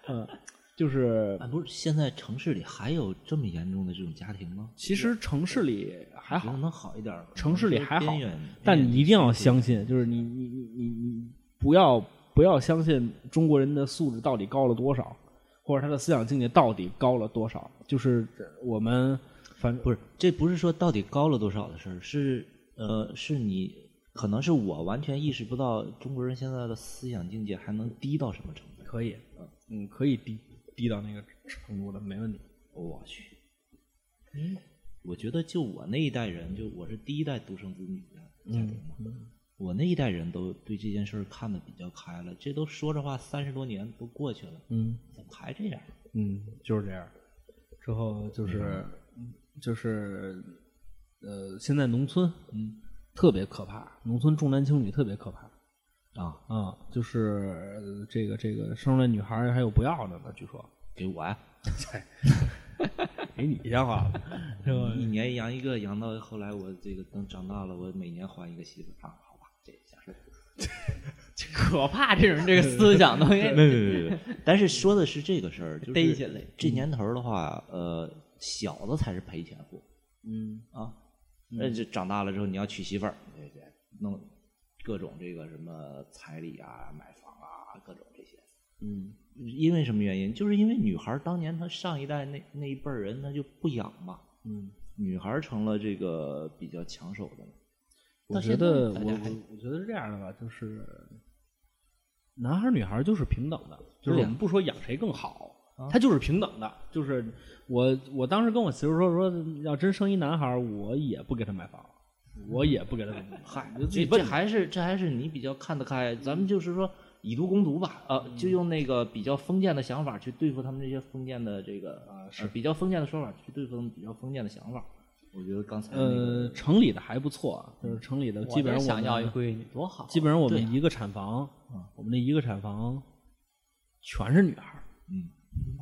Speaker 2: 嗯，就是
Speaker 3: 啊，不是，现在城市里还有这么严重的这种家庭吗？
Speaker 2: 其实城市里还
Speaker 3: 觉
Speaker 2: 好
Speaker 3: 得。能好一点儿吧。
Speaker 2: 城市里还好
Speaker 3: 边缘，
Speaker 2: 但
Speaker 3: 边
Speaker 2: 你
Speaker 3: 缘
Speaker 2: 一定要相信，哎就是你你你你你不要不要相信中国人的素质到底高了多少，或者他的思想境界到底高了多少。就是我们反正
Speaker 3: 不是，这不是说到底高了多少的事儿，是呃，是你可能是我完全意识不到中国人现在的思想境界还能低到什么程度。
Speaker 2: 可以，嗯，可以低低到那个程度的，没问题。
Speaker 3: 我去，我觉得就我那一代人，就我是第一代独生子女的家庭嘛，我那一代人都对这件事儿看得比较开了，这都说着话三十多年都过去了，
Speaker 2: 嗯
Speaker 3: 怎么还这样？
Speaker 2: 嗯，就是这样。之后就是嗯就是呃，现在农村嗯特别可怕，农村重男轻女特别可怕。
Speaker 3: 啊，
Speaker 2: 啊、就是呃这个这个生出来女孩儿还有不要的呢，据说
Speaker 3: 给我啊呀、
Speaker 2: 给你先花了，这个
Speaker 3: 一年养一个，养到后来我这个等长大了，我每年换一个媳妇儿啊，好吧，这假设。
Speaker 4: 可怕这种这个思想东西，
Speaker 3: 没没没，但是说的是这个事儿，就是
Speaker 4: 逮起来
Speaker 3: 这年头儿的话，呃，小的才是赔钱货
Speaker 2: 嗯
Speaker 3: 啊。那这长大了之后，你要娶媳妇儿，对对，弄各种这个什么彩礼啊、买房啊，各种这些。
Speaker 2: 嗯
Speaker 3: 因为什么原因？就是因为女孩儿当年她上一代那那一辈儿人，她就不养嘛，
Speaker 2: 嗯，
Speaker 3: 女孩儿成了这个比较抢手的嘛。
Speaker 2: 我
Speaker 4: 到
Speaker 2: 觉
Speaker 4: 现在
Speaker 2: 得
Speaker 4: 大
Speaker 2: 我
Speaker 4: 家还
Speaker 2: 我我觉得是这样的吧，就是男孩儿女孩儿就是平等的，就是我
Speaker 3: 对呀
Speaker 2: 们不说养谁更好，
Speaker 4: 啊
Speaker 2: 他就是平等的，就是我我当时跟我媳妇说说，要真生一男孩儿，我也不给他买房，
Speaker 4: 嗯
Speaker 2: 我也不给他怎么怎么样，
Speaker 3: 嗨，这这还是这还是你比较看得开，咱们就是说以毒攻毒吧，啊，就
Speaker 2: 嗯
Speaker 3: 用那个比较封建的想法去对付他们这些封建的这个啊，是比较封建的说法去对付他们比较封建的想法。我觉得刚才那
Speaker 2: 呃，
Speaker 3: 个
Speaker 2: 城里的还不错，就是城里的基本上
Speaker 4: 我就
Speaker 2: 我
Speaker 4: 想
Speaker 2: 们
Speaker 4: 要一闺女多好，
Speaker 2: 基本上我
Speaker 3: 对啊
Speaker 2: 们一个产房，
Speaker 4: 嗯
Speaker 2: 我们那一个产房全是女孩儿。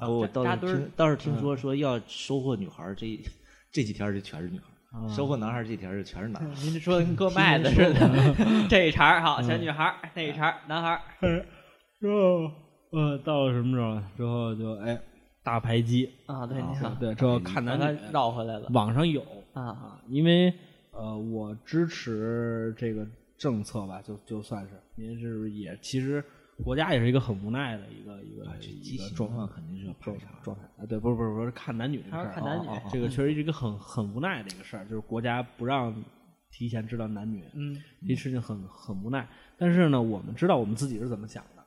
Speaker 3: 啊，我倒
Speaker 4: 扎扎
Speaker 3: 是
Speaker 4: 堆儿
Speaker 3: 听倒是听说说要收获女孩儿这这几天儿就全是女孩儿，
Speaker 2: 啊
Speaker 3: 收获男孩儿这几天儿就全是男孩儿。
Speaker 4: 您这说的跟割麦子 似的，嗯这一茬儿好，小女孩儿，那一茬儿男孩儿，
Speaker 2: 之后，呃，到了什么时候？之后就哎，大排机，
Speaker 4: 啊，对，你好，
Speaker 2: 对，之后嗯看
Speaker 4: 把
Speaker 2: 男
Speaker 4: 他
Speaker 2: 女，
Speaker 4: 绕回来了
Speaker 2: 网上有
Speaker 4: 啊，
Speaker 2: 啊，因为呃，我支持这个政策吧，就就算是，因为是也其实国家也是一个很无奈的一个一个一
Speaker 3: 啊畸
Speaker 2: 个
Speaker 3: 形
Speaker 2: 状
Speaker 3: 的话肯定是要排
Speaker 2: 状
Speaker 3: 查的
Speaker 2: 状态啊，对，不是不是不是看男女这个
Speaker 4: 还
Speaker 2: 事
Speaker 4: 是
Speaker 2: 儿，
Speaker 4: 看男女
Speaker 2: 哦哦哦这个确实是一个很很无奈的一个事儿，就是国家不让提前知道男女，
Speaker 4: 嗯，
Speaker 2: 这事情很很无奈。但是呢，我们知道我们自己是怎么想的，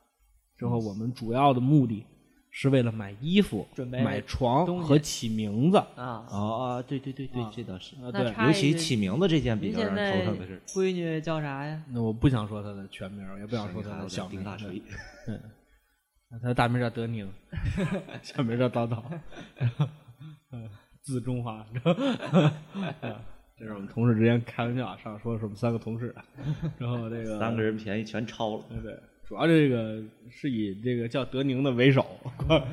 Speaker 2: 之后我们主要的目的是为了买衣服、
Speaker 4: 准备
Speaker 2: 买床
Speaker 4: 东西
Speaker 2: 和起名字
Speaker 4: 啊，
Speaker 3: 哦啊，对对对对，这倒是，
Speaker 2: 啊，
Speaker 4: 那
Speaker 2: 对。
Speaker 4: 差
Speaker 3: 尤
Speaker 4: 一
Speaker 3: 其
Speaker 4: 句
Speaker 3: 起名字这件比
Speaker 4: 您
Speaker 3: 较让
Speaker 4: 现在
Speaker 3: 人头疼的事儿。
Speaker 4: 闺女叫啥呀？
Speaker 2: 那我不想说他的全名，也不想说他
Speaker 3: 他
Speaker 2: 的小
Speaker 3: 丁
Speaker 2: 名。
Speaker 3: 大锤，
Speaker 2: 他的大名叫德 宁，小名叫叨叨，嗯字中华。 这是我们同事之间开玩笑，上说是我们三个同事， 然后这个
Speaker 3: 三个人便宜全超了。
Speaker 2: 对对，主要这个是以这个叫德宁的为首，过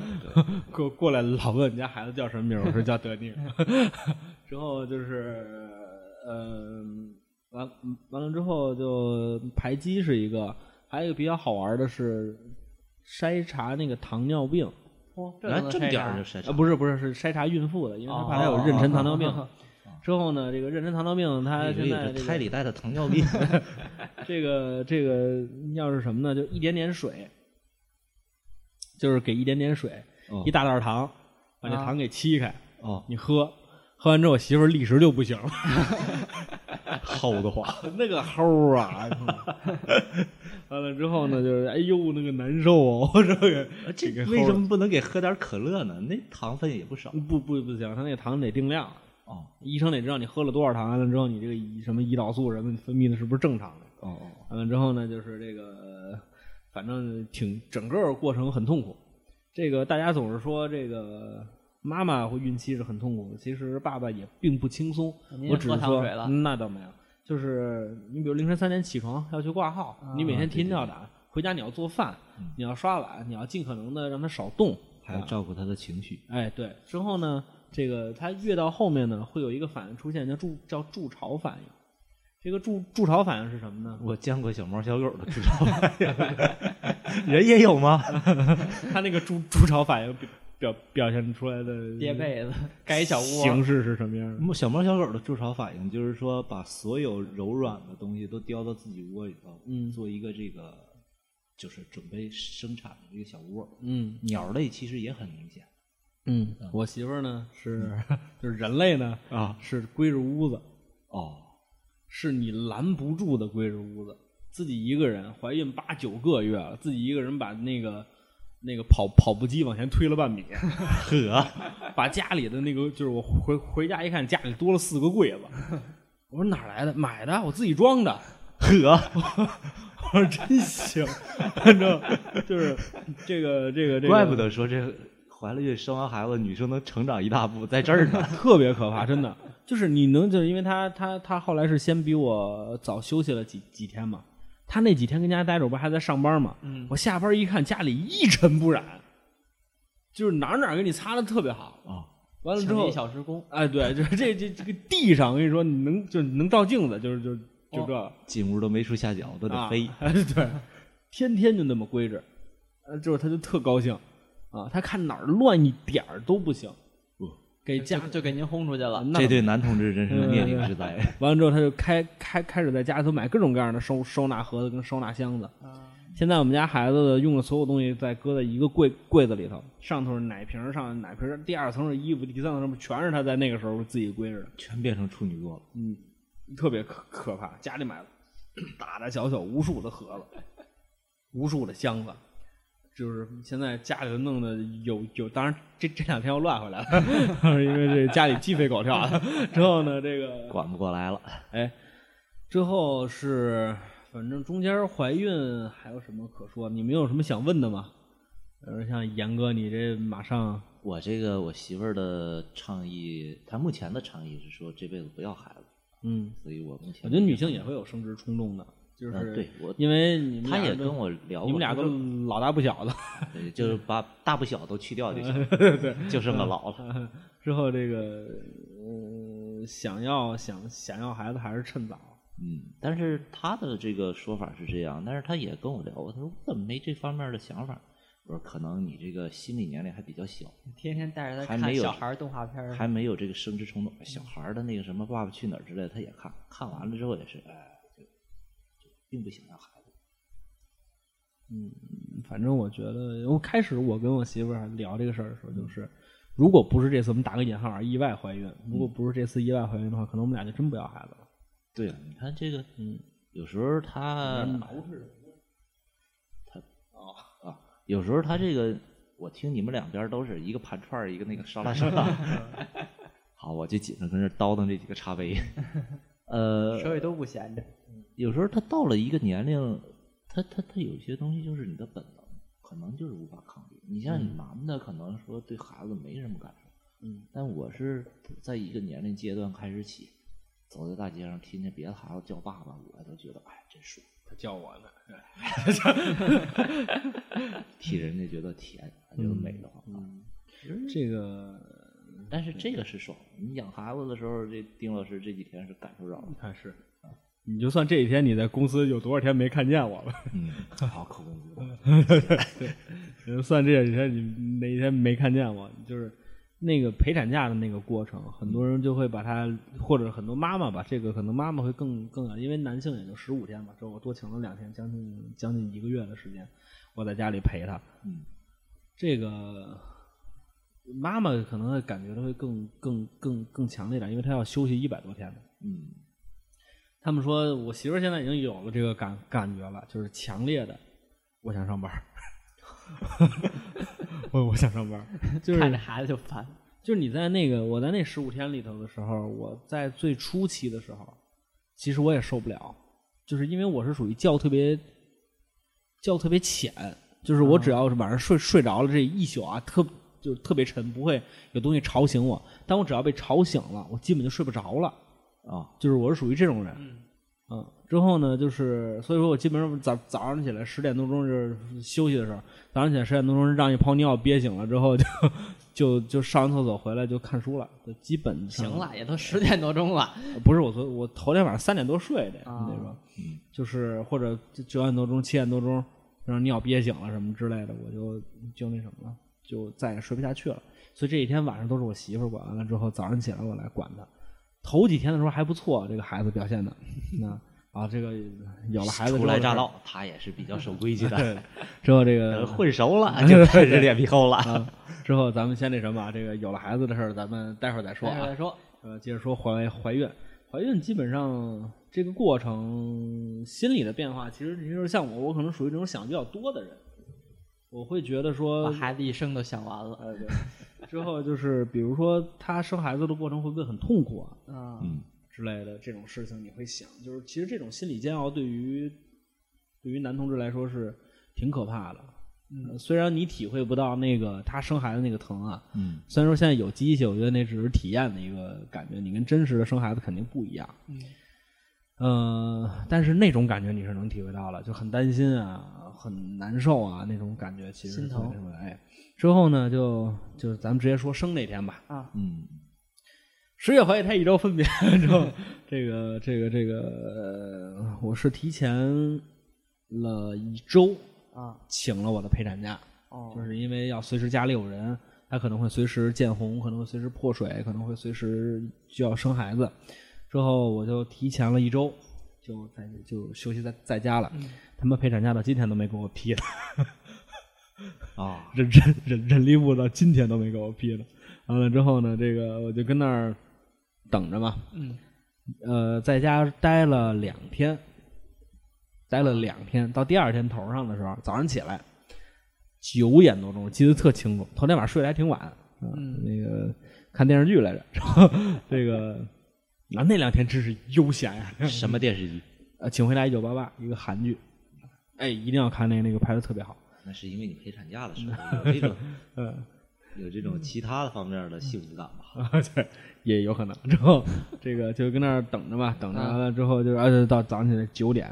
Speaker 2: 过过来老问你家孩子叫什么名儿，我说叫德宁。之后就是呃，完完了之后就排畸是一个，还有一个比较好玩的是筛查那个糖尿病。
Speaker 4: 哦，
Speaker 3: 来
Speaker 4: 能
Speaker 3: 这
Speaker 4: 筛
Speaker 3: 么点
Speaker 4: 查
Speaker 3: 儿就筛查
Speaker 2: 啊，不是不是，是筛查孕妇的，因为他怕她有妊娠糖尿病。之后呢，这个妊娠糖尿病，
Speaker 3: 啊
Speaker 2: 它现在这
Speaker 3: 胎
Speaker 2: 个
Speaker 3: 里带的糖尿 病，
Speaker 2: 这个这个药是什么呢？就一点点水，就是给一点点水，
Speaker 3: 哦
Speaker 2: 一大袋糖，把这
Speaker 4: 啊
Speaker 2: 糖给沏开，
Speaker 3: 哦，
Speaker 2: 你喝。喝完之后，媳妇儿立时就不行了，
Speaker 3: 齁的 慌。
Speaker 2: 那个齁啊！ 完了之后呢，就是哎呦那个难受啊，我这个
Speaker 3: 这
Speaker 2: 个齁
Speaker 3: 为什么不能给嗯喝点可乐呢？那糖分也不少。
Speaker 2: 不不不行，他那个糖得定量，
Speaker 3: 哦
Speaker 2: 医生得知道你喝了多少糖，完了之后你这个胰什么胰岛素什么分泌的是不是正常的，
Speaker 3: 哦哦，
Speaker 2: 完了之后呢，就是这个，反正挺整个过程很痛苦。这个大家总是说这个妈妈会孕期是很痛苦的，其实爸爸也并不轻松
Speaker 4: 肯定。是
Speaker 2: 我只
Speaker 4: 啊喝
Speaker 2: 是
Speaker 4: 糖
Speaker 2: 说
Speaker 4: 水了，
Speaker 2: 嗯那倒没有，就是你比如凌晨三点起床要去挂号，
Speaker 4: 啊
Speaker 2: 你每天提心吊胆，啊回家你要做饭，
Speaker 4: 嗯
Speaker 2: 你要刷碗，你要尽可能的让它少动。啊
Speaker 3: 还要照顾他的情绪。
Speaker 2: 哎，对，之后呢，这个它越到后面呢，会有一个反应出现，叫筑叫筑巢反应。这个筑筑巢反应是什么呢？
Speaker 3: 我见过小猫小 狗的，知道吧？ 人也有吗？
Speaker 2: 他那个猪猪巢反应表表表现出来的
Speaker 4: 叠被子，盖一小窝
Speaker 2: 形，式是什么样的？
Speaker 3: 小猫小狗的筑巢反应就是说，把所有柔软的东西都叼到自己窝里头，
Speaker 2: 嗯
Speaker 3: 做一个这个就是准备生产的一个小窝。
Speaker 2: 嗯
Speaker 3: 鸟类其实也很明显，
Speaker 2: 嗯，我媳妇儿呢是 就是人类呢
Speaker 5: 啊
Speaker 2: 是归着屋子，
Speaker 5: 哦，
Speaker 2: 是你拦不住的归着屋子，自己一个人怀孕八九个月了，自己一个人把那个那个跑跑步机往前推了半 米，
Speaker 5: 呵，
Speaker 2: 把家里的那个就是我回回家一看，家里多了四个柜子，我说哪儿来的？买的，我自己装的。
Speaker 5: 呵，
Speaker 2: 我说哦真行，反正就是这个这个这个，
Speaker 5: 怪不得说这怀了孕生完孩子，女生能成长一大步，在这儿 呢。
Speaker 2: 特别可怕，真的。就是你能，就是因为他他他后来是先比我早休息了几几天嘛，他那几天跟家待着，我不还在上班嘛。
Speaker 4: 嗯
Speaker 2: 我下班一看家里一尘不染，就是哪儿哪儿给你擦的特别好
Speaker 3: 哦
Speaker 5: 啊。
Speaker 2: 完了之
Speaker 4: 成
Speaker 2: 后
Speaker 4: 立，小时工，
Speaker 2: 哎，对，就是这这这个地上，我跟你说，你能就能照镜子，就是就就这。
Speaker 5: 进屋都没处下脚，都得
Speaker 2: 啊
Speaker 5: 飞。
Speaker 2: 对，天天就那么规制，呃，就是他就特高兴啊，他看哪儿乱一点儿都不行，给家
Speaker 4: 就就给您轰出去了。
Speaker 2: 那
Speaker 5: 这对男同志真是
Speaker 2: 嗯
Speaker 5: 灭顶之 灾。
Speaker 2: 完了之后，他就开开开始在家里头买各种各样的收收纳盒子跟收纳箱子。现在我们家孩子的用的所有东西在搁在一个柜柜子里头，上头是奶瓶儿，上奶瓶儿，第二层是衣服，第三层是什么，全是他在那个时候自己归置的。
Speaker 5: 全变成处女座了。
Speaker 2: 嗯，特别可可怕。家里买了大大小小无数的盒子，无数的箱子，就是现在家里头弄的有有，当然这这两天又乱回来了， 因为这家里鸡飞狗跳的。 之后呢，这个
Speaker 5: 管不过来了，
Speaker 2: 哎，之后是反正中间怀孕还有什么可说？你们有什么想问的吗？呃，像严哥，你这马上
Speaker 3: 我这个我媳妇儿的倡议，她目前的倡议是说这辈子不要孩子，
Speaker 2: 嗯，
Speaker 3: 所以我目前
Speaker 2: 我觉得女性也会有生殖冲动的，就是、
Speaker 3: 嗯对我
Speaker 2: 因为你们
Speaker 3: 她
Speaker 2: 俩
Speaker 3: 也
Speaker 2: 都
Speaker 3: 跟我聊过，
Speaker 2: 你们俩
Speaker 3: 她
Speaker 2: 都
Speaker 3: 说
Speaker 2: 老大不小的，
Speaker 3: 对就是把大不小都去掉就行，就剩个老了。
Speaker 2: 之后这个呃，想要想想要孩子还是趁早。
Speaker 3: 嗯，但是她的这个说法是这样，但是她也跟我聊过，她说我怎么没这方面的想法？我说可能你这个心理年龄还比较小，
Speaker 4: 天天带着他
Speaker 3: 还
Speaker 4: 看
Speaker 3: 没有
Speaker 4: 小孩儿动画片儿，
Speaker 3: 还没有这个生殖冲动。小孩儿的那个什么《爸爸去哪儿》之类的，她也看，看完了之后也是，哎，就就并不想要孩子。
Speaker 2: 反正我觉得，我开始我跟我媳妇儿聊这个事儿的时候，就是如果不是这次我们打个引号啊，意外怀孕，如果不是这次意外怀孕的话，可能我们俩就真不要孩子了。
Speaker 3: 对啊，你看这个，
Speaker 2: 嗯，
Speaker 3: 有时候她有时候他这个，我听你们两边都是一个盘串儿，一个那个 烧腊烧腊。好，我就紧着跟这儿叨叨这几个茶杯。 呃，
Speaker 4: 手里都不闲着。
Speaker 3: 有时候他到了一个年龄，他他他有些东西就是你的本能，可能就是无法抗拒。你像你男的，可能说对孩子没什么感受，
Speaker 2: 嗯，
Speaker 3: 但我是在一个年龄阶段开始起，走在大街上听见别的孩子叫爸爸，我都觉得哎真舒服，
Speaker 2: 他叫我呢，
Speaker 3: 替人家觉得 甜，觉得美得慌。
Speaker 2: 嗯
Speaker 3: 啊
Speaker 2: 这个
Speaker 3: 但是这个是爽，你养孩子的时候，这丁老师这几天是感受着了。
Speaker 2: 看是，啊你就算这几天你在公司有多少天没看见我了，
Speaker 3: 嗯，好扣工资 了。
Speaker 2: 呃算这几天你哪一天没看见我，就是那个陪产假的那个过程，很多人就会把它，或者很多妈妈吧，这个可能妈妈会更更，因为男性也就十五天吧，这我多请了两天，将近将近一个月的时间，我在家里陪她。
Speaker 3: 嗯，
Speaker 2: 这个妈妈可能会感觉的会更更更更强烈一点，因为她要休息一百多天呢。
Speaker 3: 嗯，
Speaker 2: 他们说我媳妇儿现在已经有了这个感感觉了，就是强烈的，我想上班儿， 我我想 上班儿，就是
Speaker 4: 看着孩子就烦。
Speaker 2: 就是你在那个我在那十五天里头的时候，我在最初期的时候，其实我也受不了，就是因为我是属于觉特别觉特别浅，就是
Speaker 4: 嗯
Speaker 2: 我只要是晚上睡睡着了这一宿啊，特就是特别沉，不会有东西吵醒我。但我只要被吵醒了，我基本就睡不着了。
Speaker 3: 啊，
Speaker 2: 就是我是属于这种人。
Speaker 4: 嗯
Speaker 2: 嗯，之后呢，就是所以说我基本上早早上起来十点多钟就是休息的时候，早上起来十点多钟让一泡尿憋醒了之后就 就就上完厕所回来就看书了，就基本上
Speaker 4: 行，了，也都十点多钟了，
Speaker 2: 不是我昨我头天晚上三点多睡的、
Speaker 4: 啊
Speaker 2: 那种，
Speaker 5: 嗯
Speaker 2: 就是或者就九点多钟七点多钟让尿憋醒了什么之类的，我就就那什么了，就再也睡不下去了。所以这几天晚上都是我媳妇儿管 完了之后，早上起来我来管她。头几天的时候还不错，这个孩子表现的，那啊，这个有了孩子之后
Speaker 5: 初来乍
Speaker 2: 的事儿
Speaker 5: 到，他也是比较守规矩 的，
Speaker 2: 之后
Speaker 5: 等
Speaker 2: 这个
Speaker 5: 呃混熟 了就开始脸皮厚了。
Speaker 2: 啊，之后咱们先那什么啊，这个有了孩子的事儿，咱们待会儿再说
Speaker 4: 待会儿
Speaker 2: 啊
Speaker 4: 再。说，
Speaker 2: 呃，接着说怀怀孕，怀孕基本上这个过程心理的变化，其实你就是像我，我可能属于那种想比较多的人，我会觉得
Speaker 4: 把
Speaker 2: 说，
Speaker 4: 孩子一生都想完了。
Speaker 2: 呃，对，之后就是比如说他生孩子的过程会不会很痛苦啊
Speaker 4: 嗯，
Speaker 2: 之类的这种事情，你会想，就是其实这种心理煎熬对于对于男同志来说是挺可怕的。嗯，虽然你体会不到那个他生孩子那个疼啊，
Speaker 3: 嗯，
Speaker 2: 虽然说现在有机器，我觉得那只是体验的一个感觉，你跟真实的生孩子肯定不一样。
Speaker 4: 嗯，
Speaker 2: 呃，但是那种感觉你是能体会到了，就很担心啊，很难受啊，那种感觉其实是
Speaker 4: 心疼
Speaker 2: 最什么的。哎，之后呢，就就咱们直接说生那天吧。
Speaker 3: 嗯，
Speaker 2: 十月怀胎一周分娩之后，这个这个这个、呃，我是提前了一周
Speaker 4: 啊，
Speaker 2: 请了我的陪产假。
Speaker 4: 哦，
Speaker 2: 就是因为要随时家里有人，他可能会随时见红，可能会随时破水，可能会随时就要生孩子。之后我就提前了一周，就在就休息在在家了。他们陪产假到今天都没给我批呢，
Speaker 5: 啊，
Speaker 2: 人 人人人力部到今天都没给我批呢。完了之后呢，这个我就跟那儿等着嘛。
Speaker 4: 嗯，
Speaker 2: 呃，在家待了两天，待了两天，到第二天头上的时候，早上起来九点多钟，我记得特清楚。头天晚上睡得还挺晚，啊
Speaker 4: 嗯
Speaker 2: 那个看电视剧来着。然后这个啊，那两天真是悠闲呀、
Speaker 5: 什么电视剧？
Speaker 2: 呃，请回答一九八八，一个韩剧，哎，一定要看那那个拍的特别好。
Speaker 5: 那是因为你陪产假的时候有这 种
Speaker 2: 嗯，
Speaker 5: 有这种其他的方面的幸福感吧？
Speaker 2: 啊，对， 也有可能。之后这个就跟那儿等着吧，等着完了之后就是，而且到早上起来九点，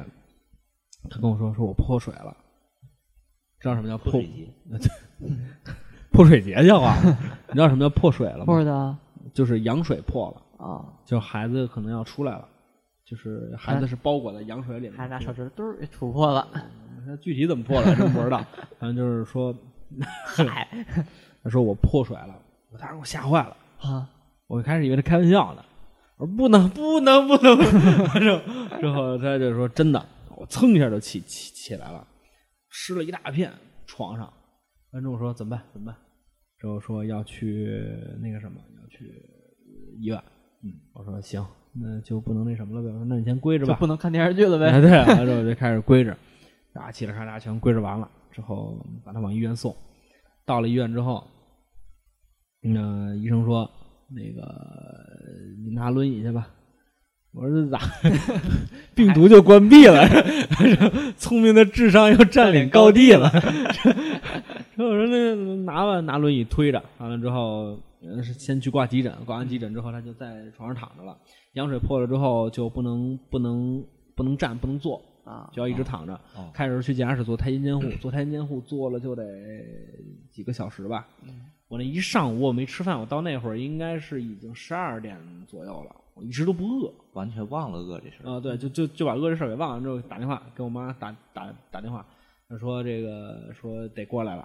Speaker 2: 他跟我说说我破水了，知道什么叫
Speaker 5: 泼
Speaker 2: 破
Speaker 5: 水节
Speaker 2: 破水节笑话吗？你知道什么叫破水了
Speaker 4: 或
Speaker 2: 吗？
Speaker 4: 者的
Speaker 2: 就是羊水破了，
Speaker 4: 啊，
Speaker 2: 就孩子可能要出来了，就是孩子是包裹在羊水里面，
Speaker 4: 还拿手指头儿给戳破了，
Speaker 2: 那具体怎么破的真不知道，反正就是说，
Speaker 4: 嗨
Speaker 2: 他说我破水了，我当时给我吓坏了。
Speaker 4: 啊，
Speaker 2: 我开始以为他开玩笑呢，我说不能不能不能， 之后之后他就说真的，我蹭一下就起起起来了，湿了一大片床上，观众说怎么办怎么办，之后说要去那个什么要去医院，嗯，我说行，那就不能那什么了呗，我说那你先归着
Speaker 4: 就
Speaker 2: 吧，
Speaker 4: 不能看电视剧了呗
Speaker 2: 啊，？对，完之后就开始归着，啊，嘁哩咔嚓全归着完了之后，把他往医院送。到了医院之后，嗯、医生说那个呃你拿轮椅去吧。我说这 咋？病毒就关闭了，聪明的智商又占领高地了。然 后我说那拿吧，拿轮椅推着，完了之后呃是先去挂急诊，挂完急诊之后他就在床上躺着了。羊水破了之后就不能不能不能站不能坐，
Speaker 4: 啊，
Speaker 2: 就要一直躺着。
Speaker 5: 哦
Speaker 2: 开始去检查室做胎心监护，做胎心监护做了就得几个小时吧。
Speaker 4: 嗯
Speaker 2: 我那一上午我没吃饭，我到那会儿应该是已经十二点左右了，我一直都不饿。
Speaker 5: 完全忘了饿这事儿。
Speaker 2: 啊、对，就就就把饿这事儿给忘了，之后打电话给我妈打打打电话，她说这个说得过来了，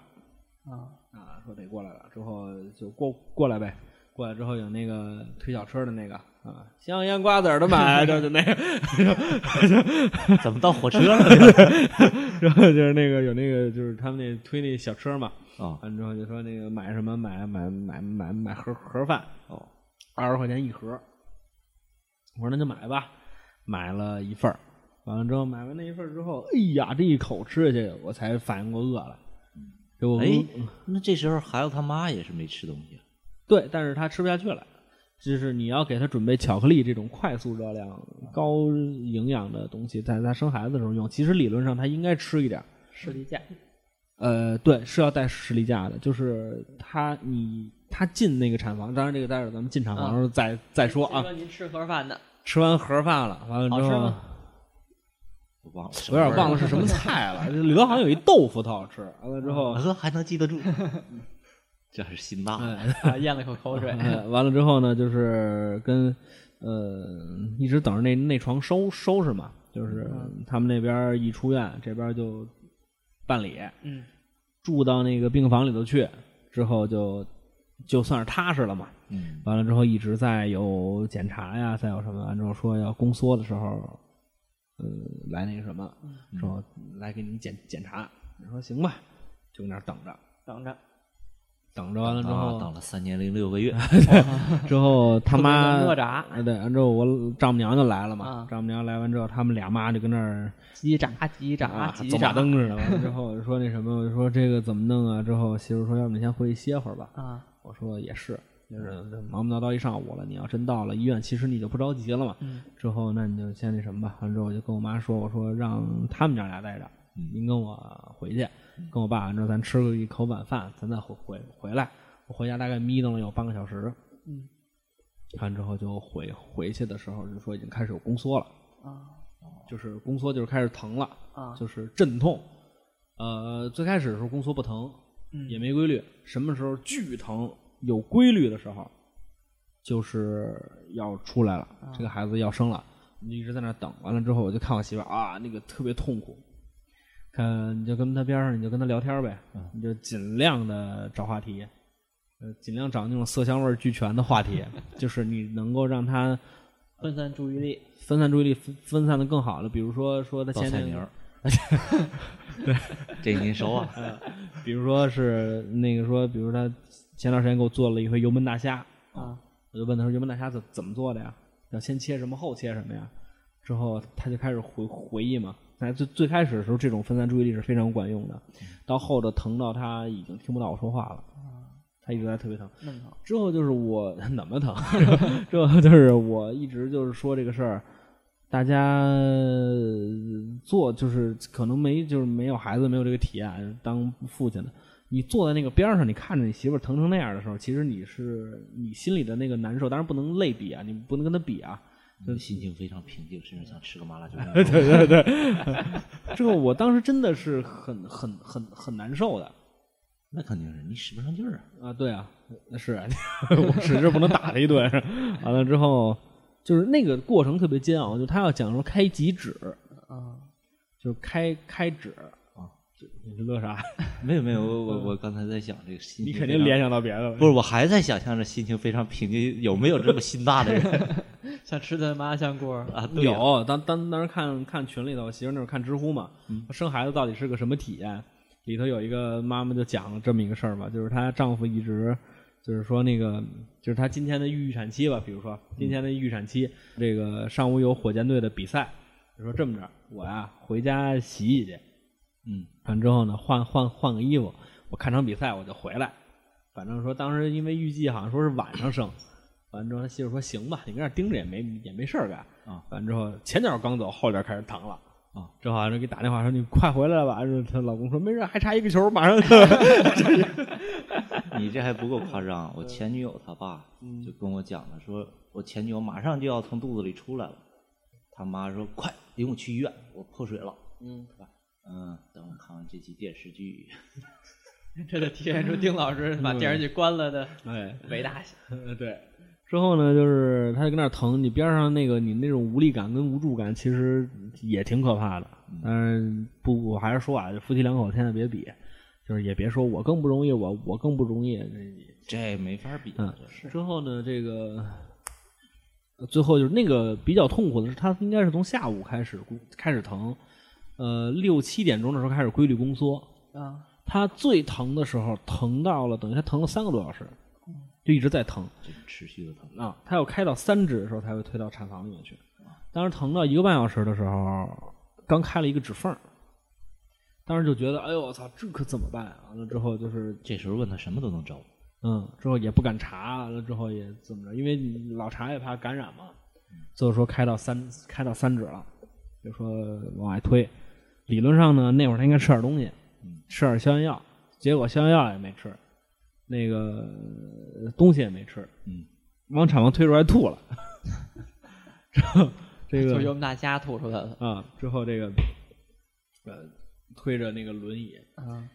Speaker 4: 啊
Speaker 2: 啊，说得过来了，之后就过过来呗。过来之后有那个推小车的那个啊，香烟瓜子儿的
Speaker 5: 哎
Speaker 2: 买，就就那个，
Speaker 5: 怎么到火车了？
Speaker 2: 然后就是那个有那个就是他们那推那小车嘛，
Speaker 5: 啊，
Speaker 2: 完之后就说那个买什么买买买买买盒盒饭
Speaker 5: 哦，
Speaker 2: 二十块钱一盒。我说那就买吧，买了一份儿，完了之后买完那一份儿之后，哎呀，这一口吃下去，我才反应过饿来。给我饿嗯
Speaker 5: 哎，那这时候孩子他妈也是没吃东西，
Speaker 2: 对，但是他吃不下去了。就是你要给他准备巧克力这种快速热量、高营养的东西，在他生孩子的时候用。其实理论上他应该吃一点儿，
Speaker 4: 士力架，
Speaker 2: 呃，对，是要带视力架的，就是他你他进那个产房，当然这个待会儿咱们进产房的时
Speaker 4: 嗯
Speaker 2: 候再、 再说啊。
Speaker 4: 说您吃盒饭的，
Speaker 2: 吃完盒饭了，完了之
Speaker 4: 好吃
Speaker 2: 后
Speaker 4: 吗
Speaker 5: 我忘了，
Speaker 2: 我有点忘了是什么菜了。这里头好像有一豆腐特好吃，完了之后，
Speaker 4: 嗯
Speaker 5: 呵，还能记得住， 这是心大。
Speaker 2: 哎，
Speaker 4: 啊咽了口口水，
Speaker 2: 哎完了之后呢，就是跟呃一直等着那那床收收拾嘛，就是
Speaker 4: 嗯
Speaker 2: 他们那边一出院，这边就办理，
Speaker 4: 嗯，
Speaker 2: 住到那个病房里头去，之后就就算是踏实了嘛。
Speaker 5: 嗯，
Speaker 2: 完了之后一直在有检查呀，再有什么，按照说要宫缩的时候，呃，来那个什么，
Speaker 4: 嗯
Speaker 2: 说来给你检检查。你说行吧，就搁那儿等着，
Speaker 4: 等着，
Speaker 2: 等着完了之
Speaker 3: 啊，
Speaker 2: 后，
Speaker 3: 等了三年零六 个月，
Speaker 2: 之后他妈
Speaker 4: 特别像哪吒
Speaker 2: 哎对，完之后我丈母娘就来了嘛
Speaker 4: 啊，
Speaker 2: 丈母娘来完之后，他们俩妈就跟那儿啊
Speaker 4: 叽喳叽喳叽
Speaker 2: 走马
Speaker 4: 喳
Speaker 2: 灯 似的。完了之后我就说那什么，我就说这个怎么弄啊？之后媳妇说，要不你先回去歇会儿吧。
Speaker 4: 啊，
Speaker 2: 我说也是，就是忙忙叨叨一上午了。你要真到了医院，其实你就不着急了
Speaker 4: 嗯
Speaker 2: 嘛。之后那你就先那什么吧。完之后我就跟我妈说，我说让他们娘俩待着，
Speaker 4: 嗯
Speaker 2: 您跟我回去，跟我爸完之后咱吃一口晚饭，咱再回回回来。我回家大概眯瞪了有半个小时，
Speaker 4: 嗯，
Speaker 2: 完之后就回回去的时候就说已经开始有宫缩了，
Speaker 4: 啊
Speaker 2: 就是宫缩就是开始疼了，
Speaker 4: 啊，
Speaker 2: 就是阵痛。呃，最开始的时候宫缩不疼，
Speaker 4: 嗯
Speaker 2: 也没规律。什么时候巨疼有规律的时候，就是要出来了，
Speaker 3: 啊
Speaker 2: 这个孩子要生了，你就一直在那儿等。完了之后，我就看我媳妇儿啊，那个特别痛苦。看，你就跟她边上，你就跟她聊天呗，
Speaker 3: 嗯
Speaker 2: 你就尽量的找话题，呃，尽量找那种色香味儿俱全的话 题，就是你能够让她
Speaker 4: 分散注意力，
Speaker 2: 分散注意力分分散的更好了。比如说说她
Speaker 3: 报
Speaker 2: 前
Speaker 3: 菜
Speaker 2: 天
Speaker 3: 名儿
Speaker 5: 这您熟啊？
Speaker 2: 比如说是那个说，比如他前段时间给我做了一回油焖大虾
Speaker 4: 啊，
Speaker 2: 我就问他说油焖大虾怎怎么做的呀？要先切什么，后切什么呀？之后他就开始回回忆嘛。那最最开始的时候，这种分散注意力是非常管用的。
Speaker 4: 嗯
Speaker 2: 到后头疼到他已经听不到我说话了，他一直在特别疼。
Speaker 4: 啊那么好，
Speaker 2: 之后就是我 怎么疼，之后就是我一直就是说这个事儿，大家呃做就是可能没就是没有孩子没有这个体验，当父亲的，你坐在那个边儿上，你看着你媳妇儿疼成那样的时候，其实你是你心里的那个难受，当然不能类比啊，你不能跟他比啊，
Speaker 3: 你心情非常平静，甚至想吃个麻 辣卷。
Speaker 2: 这个我当时真的是很很很很难受的。
Speaker 3: 那肯定是你使不上劲儿啊。
Speaker 2: 啊，对啊，是啊， 我使劲不能打他一顿。完了之后，就是那个过程特别煎熬，就他要讲说开几指，
Speaker 4: 啊
Speaker 2: 就是开开指啊，这你这乐啥？
Speaker 5: 没有没有，我我我刚才在想这个心情，
Speaker 2: 你肯定联想到别的了。
Speaker 5: 不是，我还在想象着心情非常平静，有没有这么心大的人
Speaker 4: 想吃的麻辣香锅儿，
Speaker 5: 啊？ 对呀，
Speaker 2: 有，当当当时看看群里头，我媳妇那会儿看知乎嘛，
Speaker 5: 嗯
Speaker 2: 生孩子到底是个什么体验？里头有一个妈妈就讲了这么一个事儿嘛，就是她丈夫一直就是说那个就是她今天的预产期吧，比如说今天的预产期，这个上午有火箭队的比赛，就说这么着，我呀、回家洗洗去，
Speaker 5: 嗯，
Speaker 2: 完之后呢换换换个衣服，我看场比赛我就回来，反正说当时因为预计好像说是晚上生，完之后他媳妇说行吧，你跟那儿盯着也没也没事儿干
Speaker 5: 啊。
Speaker 2: 完之后前脚刚走，后脚开始疼了。
Speaker 5: 啊，
Speaker 2: 正好就给打电话说你快回来吧。然后她老公说没事，还差一个球，马 上就。
Speaker 5: 你这还不够夸张。我前女友她爸就跟我讲了，说我前女友马上就要从肚子里出来了，他妈说快领我去医院，我破水了。
Speaker 4: 嗯，
Speaker 5: 嗯，等我看完这集电视剧，
Speaker 4: 这得体现出丁老师
Speaker 2: 嗯
Speaker 4: 把电视剧关了的
Speaker 2: 哎，
Speaker 4: 伟大性。
Speaker 2: 对。之后呢，就是他就跟那儿疼，你边上那个你那种无力感跟无助感，其实也挺可怕的。但是不，我还是说啊，就夫妻两口现在别比，就是也别说我更不容易，我我更不容易，
Speaker 5: 这没法比。
Speaker 2: 嗯，之后呢，这个呃最后就是那个比较痛苦的是，他应该是从下午开始咕开始疼，呃，六七点钟的时候开始规律宫缩。
Speaker 4: 啊，
Speaker 2: 他最疼的时候，疼到了等于他疼了三个多小时，就一直在疼
Speaker 5: 这持续的疼。
Speaker 2: 啊。他要开到三指的时候才会推到产房里面去。当时疼到一个半小时的时候，刚开了一个指缝儿，当时就觉得，哎呦我操，这可怎么办啊？完了之后就是
Speaker 5: 这时候问他什么都能招，
Speaker 2: 嗯，之后也不敢查，完了之后也怎么着，因为你老查也怕感染嘛。最后说开到三开到三指了，就说往外推。理论上呢，那会儿他应该吃点东西，吃点消炎药，结果消炎药也没吃，那个呃东西也没吃，
Speaker 5: 嗯，
Speaker 2: 往产房推出来吐了。这
Speaker 4: 就
Speaker 2: 个
Speaker 4: 是我们大家吐出来的。
Speaker 2: 啊，之后这个呃推着那个轮椅，
Speaker 4: 啊，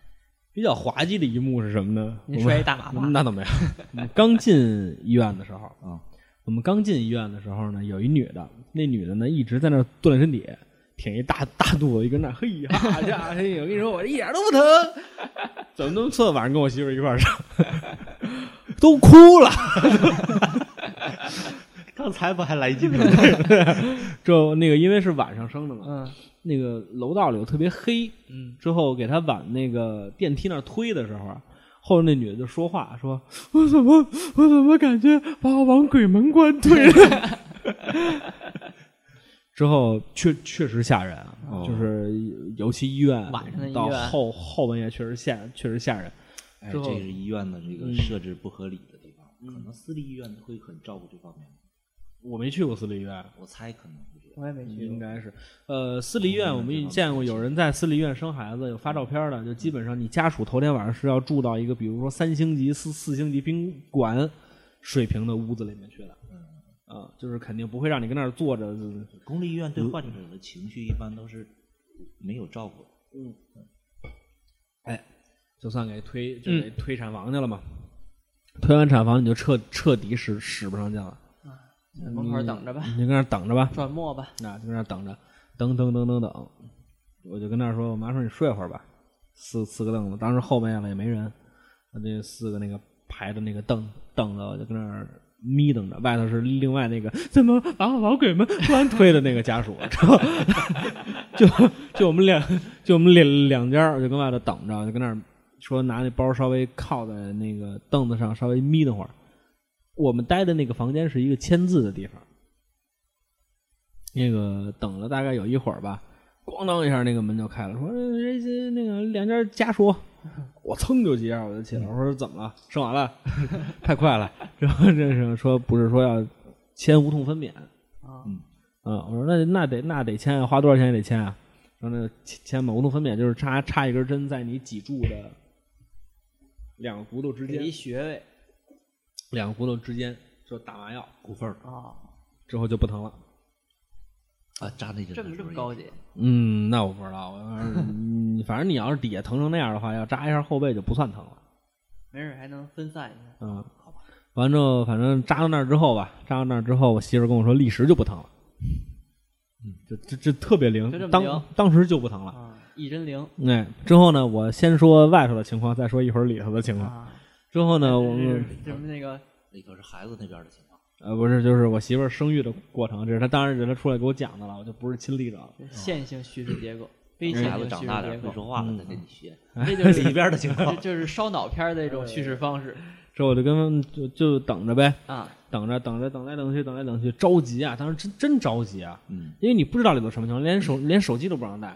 Speaker 2: 比较滑稽的一幕是什么呢？
Speaker 4: 你
Speaker 2: 我
Speaker 4: 摔
Speaker 2: 们
Speaker 4: 一大马趴
Speaker 2: 我们那倒没有。我们刚进医院的时候
Speaker 5: 啊，
Speaker 2: 我们刚进医院的时候呢，有一女的，那女的呢一直在那儿锻炼身体，挺一大大肚子，一跟那儿嘿哈家伙，嘿，我跟你说，我这一 点都不疼，怎么能测晚上跟 我媳妇儿一块儿上，都哭了。
Speaker 5: 刚才不还来劲吗？
Speaker 2: 就那个因为是晚上生的嘛，
Speaker 4: 嗯
Speaker 2: 那个楼道里头特别黑，
Speaker 4: 嗯，
Speaker 2: 之后给他往那个电梯那儿推的时候啊，后头那女的就说话说：“我怎么我怎么感觉把我往鬼门关推了？” 之后确确实吓人啊，
Speaker 5: 哦
Speaker 2: 就是尤其医院
Speaker 4: 晚上的医
Speaker 2: 到
Speaker 4: 院
Speaker 2: 后后半夜确实吓确实吓人。
Speaker 5: 哎，
Speaker 2: 之后嗯
Speaker 5: 这是医院的这个设置不合理的地方，可能私立医院会很照顾这方面，
Speaker 2: 我没去过私立医院，
Speaker 5: 我猜可能会这样。
Speaker 4: 我也没去
Speaker 2: 应
Speaker 4: 过。
Speaker 2: 该是，嗯呃，私立医院我们也见过有人在私立医院生孩子，有发照片的，就基本上你家属头天晚上是要住到一个比如说三星级、四四星级宾馆水平的屋子里面去的，嗯，啊，就是肯定不会让你跟那儿坐着，就是
Speaker 5: 公立医院对
Speaker 2: 嗯
Speaker 5: 患者的情绪一般都是没有照顾的。
Speaker 2: 就算给推
Speaker 4: 嗯
Speaker 2: 就给推产房去了嘛，推完产房你就彻彻底使使不上劲了，嗯
Speaker 4: 在门口等着吧，
Speaker 2: 你就跟那儿等着吧，
Speaker 4: 转磨吧。
Speaker 2: 啊，就在那儿等着，等等等等等，我就跟那儿说，我妈说你睡会儿吧，四四个凳子，当时后半夜了也没人，我这四个那个排的那个凳凳子，我就跟那儿眯瞪着，外头是另外那个怎么把我老鬼们突然推的那个家属， 然后就就我们两就我们两两家儿就跟外头等着，就跟那儿说拿那包稍微靠在那个凳子上稍微眯瞪会儿。我们待的那个房间是一个签字的地方，那个等了大概有一会儿吧，咣当一下那个门就开了，说这这那个两家家属，我噌就急下我就起来，我说怎么了？生完了， 太快了。然后这是说不是说要签无痛分娩，
Speaker 4: 啊，
Speaker 2: 啊，我说那那得那得签啊，花多少钱也得签啊。然后那个签签吧，无痛分娩就是插插一根针在你脊柱的两个骨头之
Speaker 4: 给
Speaker 2: 间，
Speaker 4: 一穴位
Speaker 2: 两个骨头之间就打麻药骨缝儿
Speaker 4: 啊，
Speaker 2: 之后就不疼了。
Speaker 5: 啊，扎那针
Speaker 4: 这么这么高级，
Speaker 2: 嗯，那我不知道，我 要是嗯反正你要是底下疼成那样的话，要扎一下后背就不算疼了。
Speaker 4: 没准还能分散一下。
Speaker 2: 嗯，好吧。完之后，反正扎到那儿之后吧，扎到那儿之后，我媳妇儿跟我说，立时就不疼了。嗯，这这这特别灵
Speaker 4: 就这，么灵
Speaker 2: 当当时就不疼了。
Speaker 4: 啊，一针灵
Speaker 2: 哎，之后呢，我先说外头的情况，再说一会儿里头的情况。
Speaker 4: 啊，
Speaker 2: 之后呢，我
Speaker 4: 这
Speaker 2: 们
Speaker 4: 是什么那个
Speaker 5: 那个是孩子那边的情况。
Speaker 2: 呃不是，就是我媳妇儿生育的过程，这是她当然是她出来给我讲的了，我就不是亲历者了。
Speaker 4: 线性叙事结构，非线
Speaker 5: 孩
Speaker 4: 性
Speaker 5: 子
Speaker 4: 叙事
Speaker 5: 长大
Speaker 4: 结
Speaker 5: 点会
Speaker 4: 构，
Speaker 5: 说话了，
Speaker 2: 嗯
Speaker 5: 再跟你学。
Speaker 4: 这 就是
Speaker 5: 里边的情
Speaker 4: 这
Speaker 5: 况，
Speaker 4: 就是烧脑片儿的一种叙事方式
Speaker 2: 之后我就跟就就等着呗，
Speaker 4: 啊。
Speaker 2: 等着等着等来等去等来等去，着急啊！当时真真着急啊，
Speaker 5: 嗯
Speaker 2: 因为你不知道里头什么情况，连
Speaker 4: 嗯
Speaker 2: 手连手机都不让带，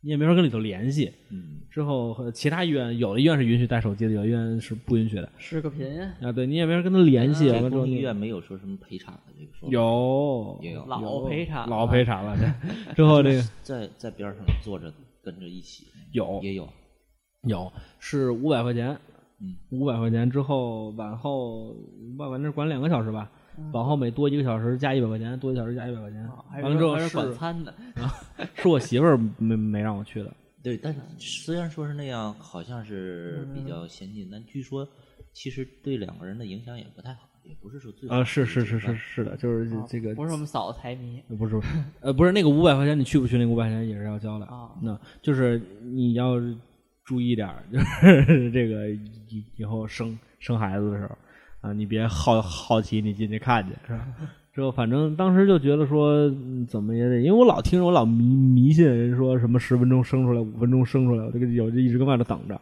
Speaker 2: 你也没法跟里头联系。
Speaker 5: 嗯，
Speaker 2: 之后和其他医院有的医院是允许带手机的，有的医院是不允许的
Speaker 4: 视个频，
Speaker 2: 啊。对你也没法跟他联
Speaker 4: 啊
Speaker 2: 系。
Speaker 5: 这
Speaker 2: 完之后
Speaker 5: 公立
Speaker 2: 你
Speaker 5: 医院没有说什么赔偿的这个说法，
Speaker 2: 有
Speaker 5: 也有
Speaker 4: 老赔偿，
Speaker 2: 老赔偿了，这之后这 个
Speaker 5: 在在边上坐着跟着一起，
Speaker 2: 有
Speaker 5: 也有
Speaker 2: 有是五百块钱，
Speaker 5: 嗯，
Speaker 2: 五百块钱之后往后往完这管两个小时吧，往后每多一个小时加一百块钱，多一个小时加一百块钱
Speaker 4: 啊，嗯还。
Speaker 2: 完了之
Speaker 4: 有
Speaker 2: 后
Speaker 4: 还是管
Speaker 2: 是
Speaker 4: 餐的，
Speaker 2: 是我媳妇儿没没让我去的，
Speaker 5: 对，但虽然说是那样，好像是比
Speaker 4: 嗯
Speaker 5: 较先进，但据说其实对两个人的影响也不太好，也不是说最好
Speaker 2: 啊，是是是
Speaker 5: 的
Speaker 2: 是是的，就是这个
Speaker 4: 哦啊不是我们嫂子财迷
Speaker 2: 呃不是，呃，不是那个五百块钱，你去不去？那个五百块钱也是要交的
Speaker 4: 啊
Speaker 2: 那就是你要注意点儿，就是这个以以后生生孩子的时候啊，你别好好奇，你进去看去是吧？ 之后反正当时就觉得说，嗯怎么也得，因为我老听着我老迷迷信人说什么十分钟生出来，五分钟生出来，我这个有就一直跟外头等着，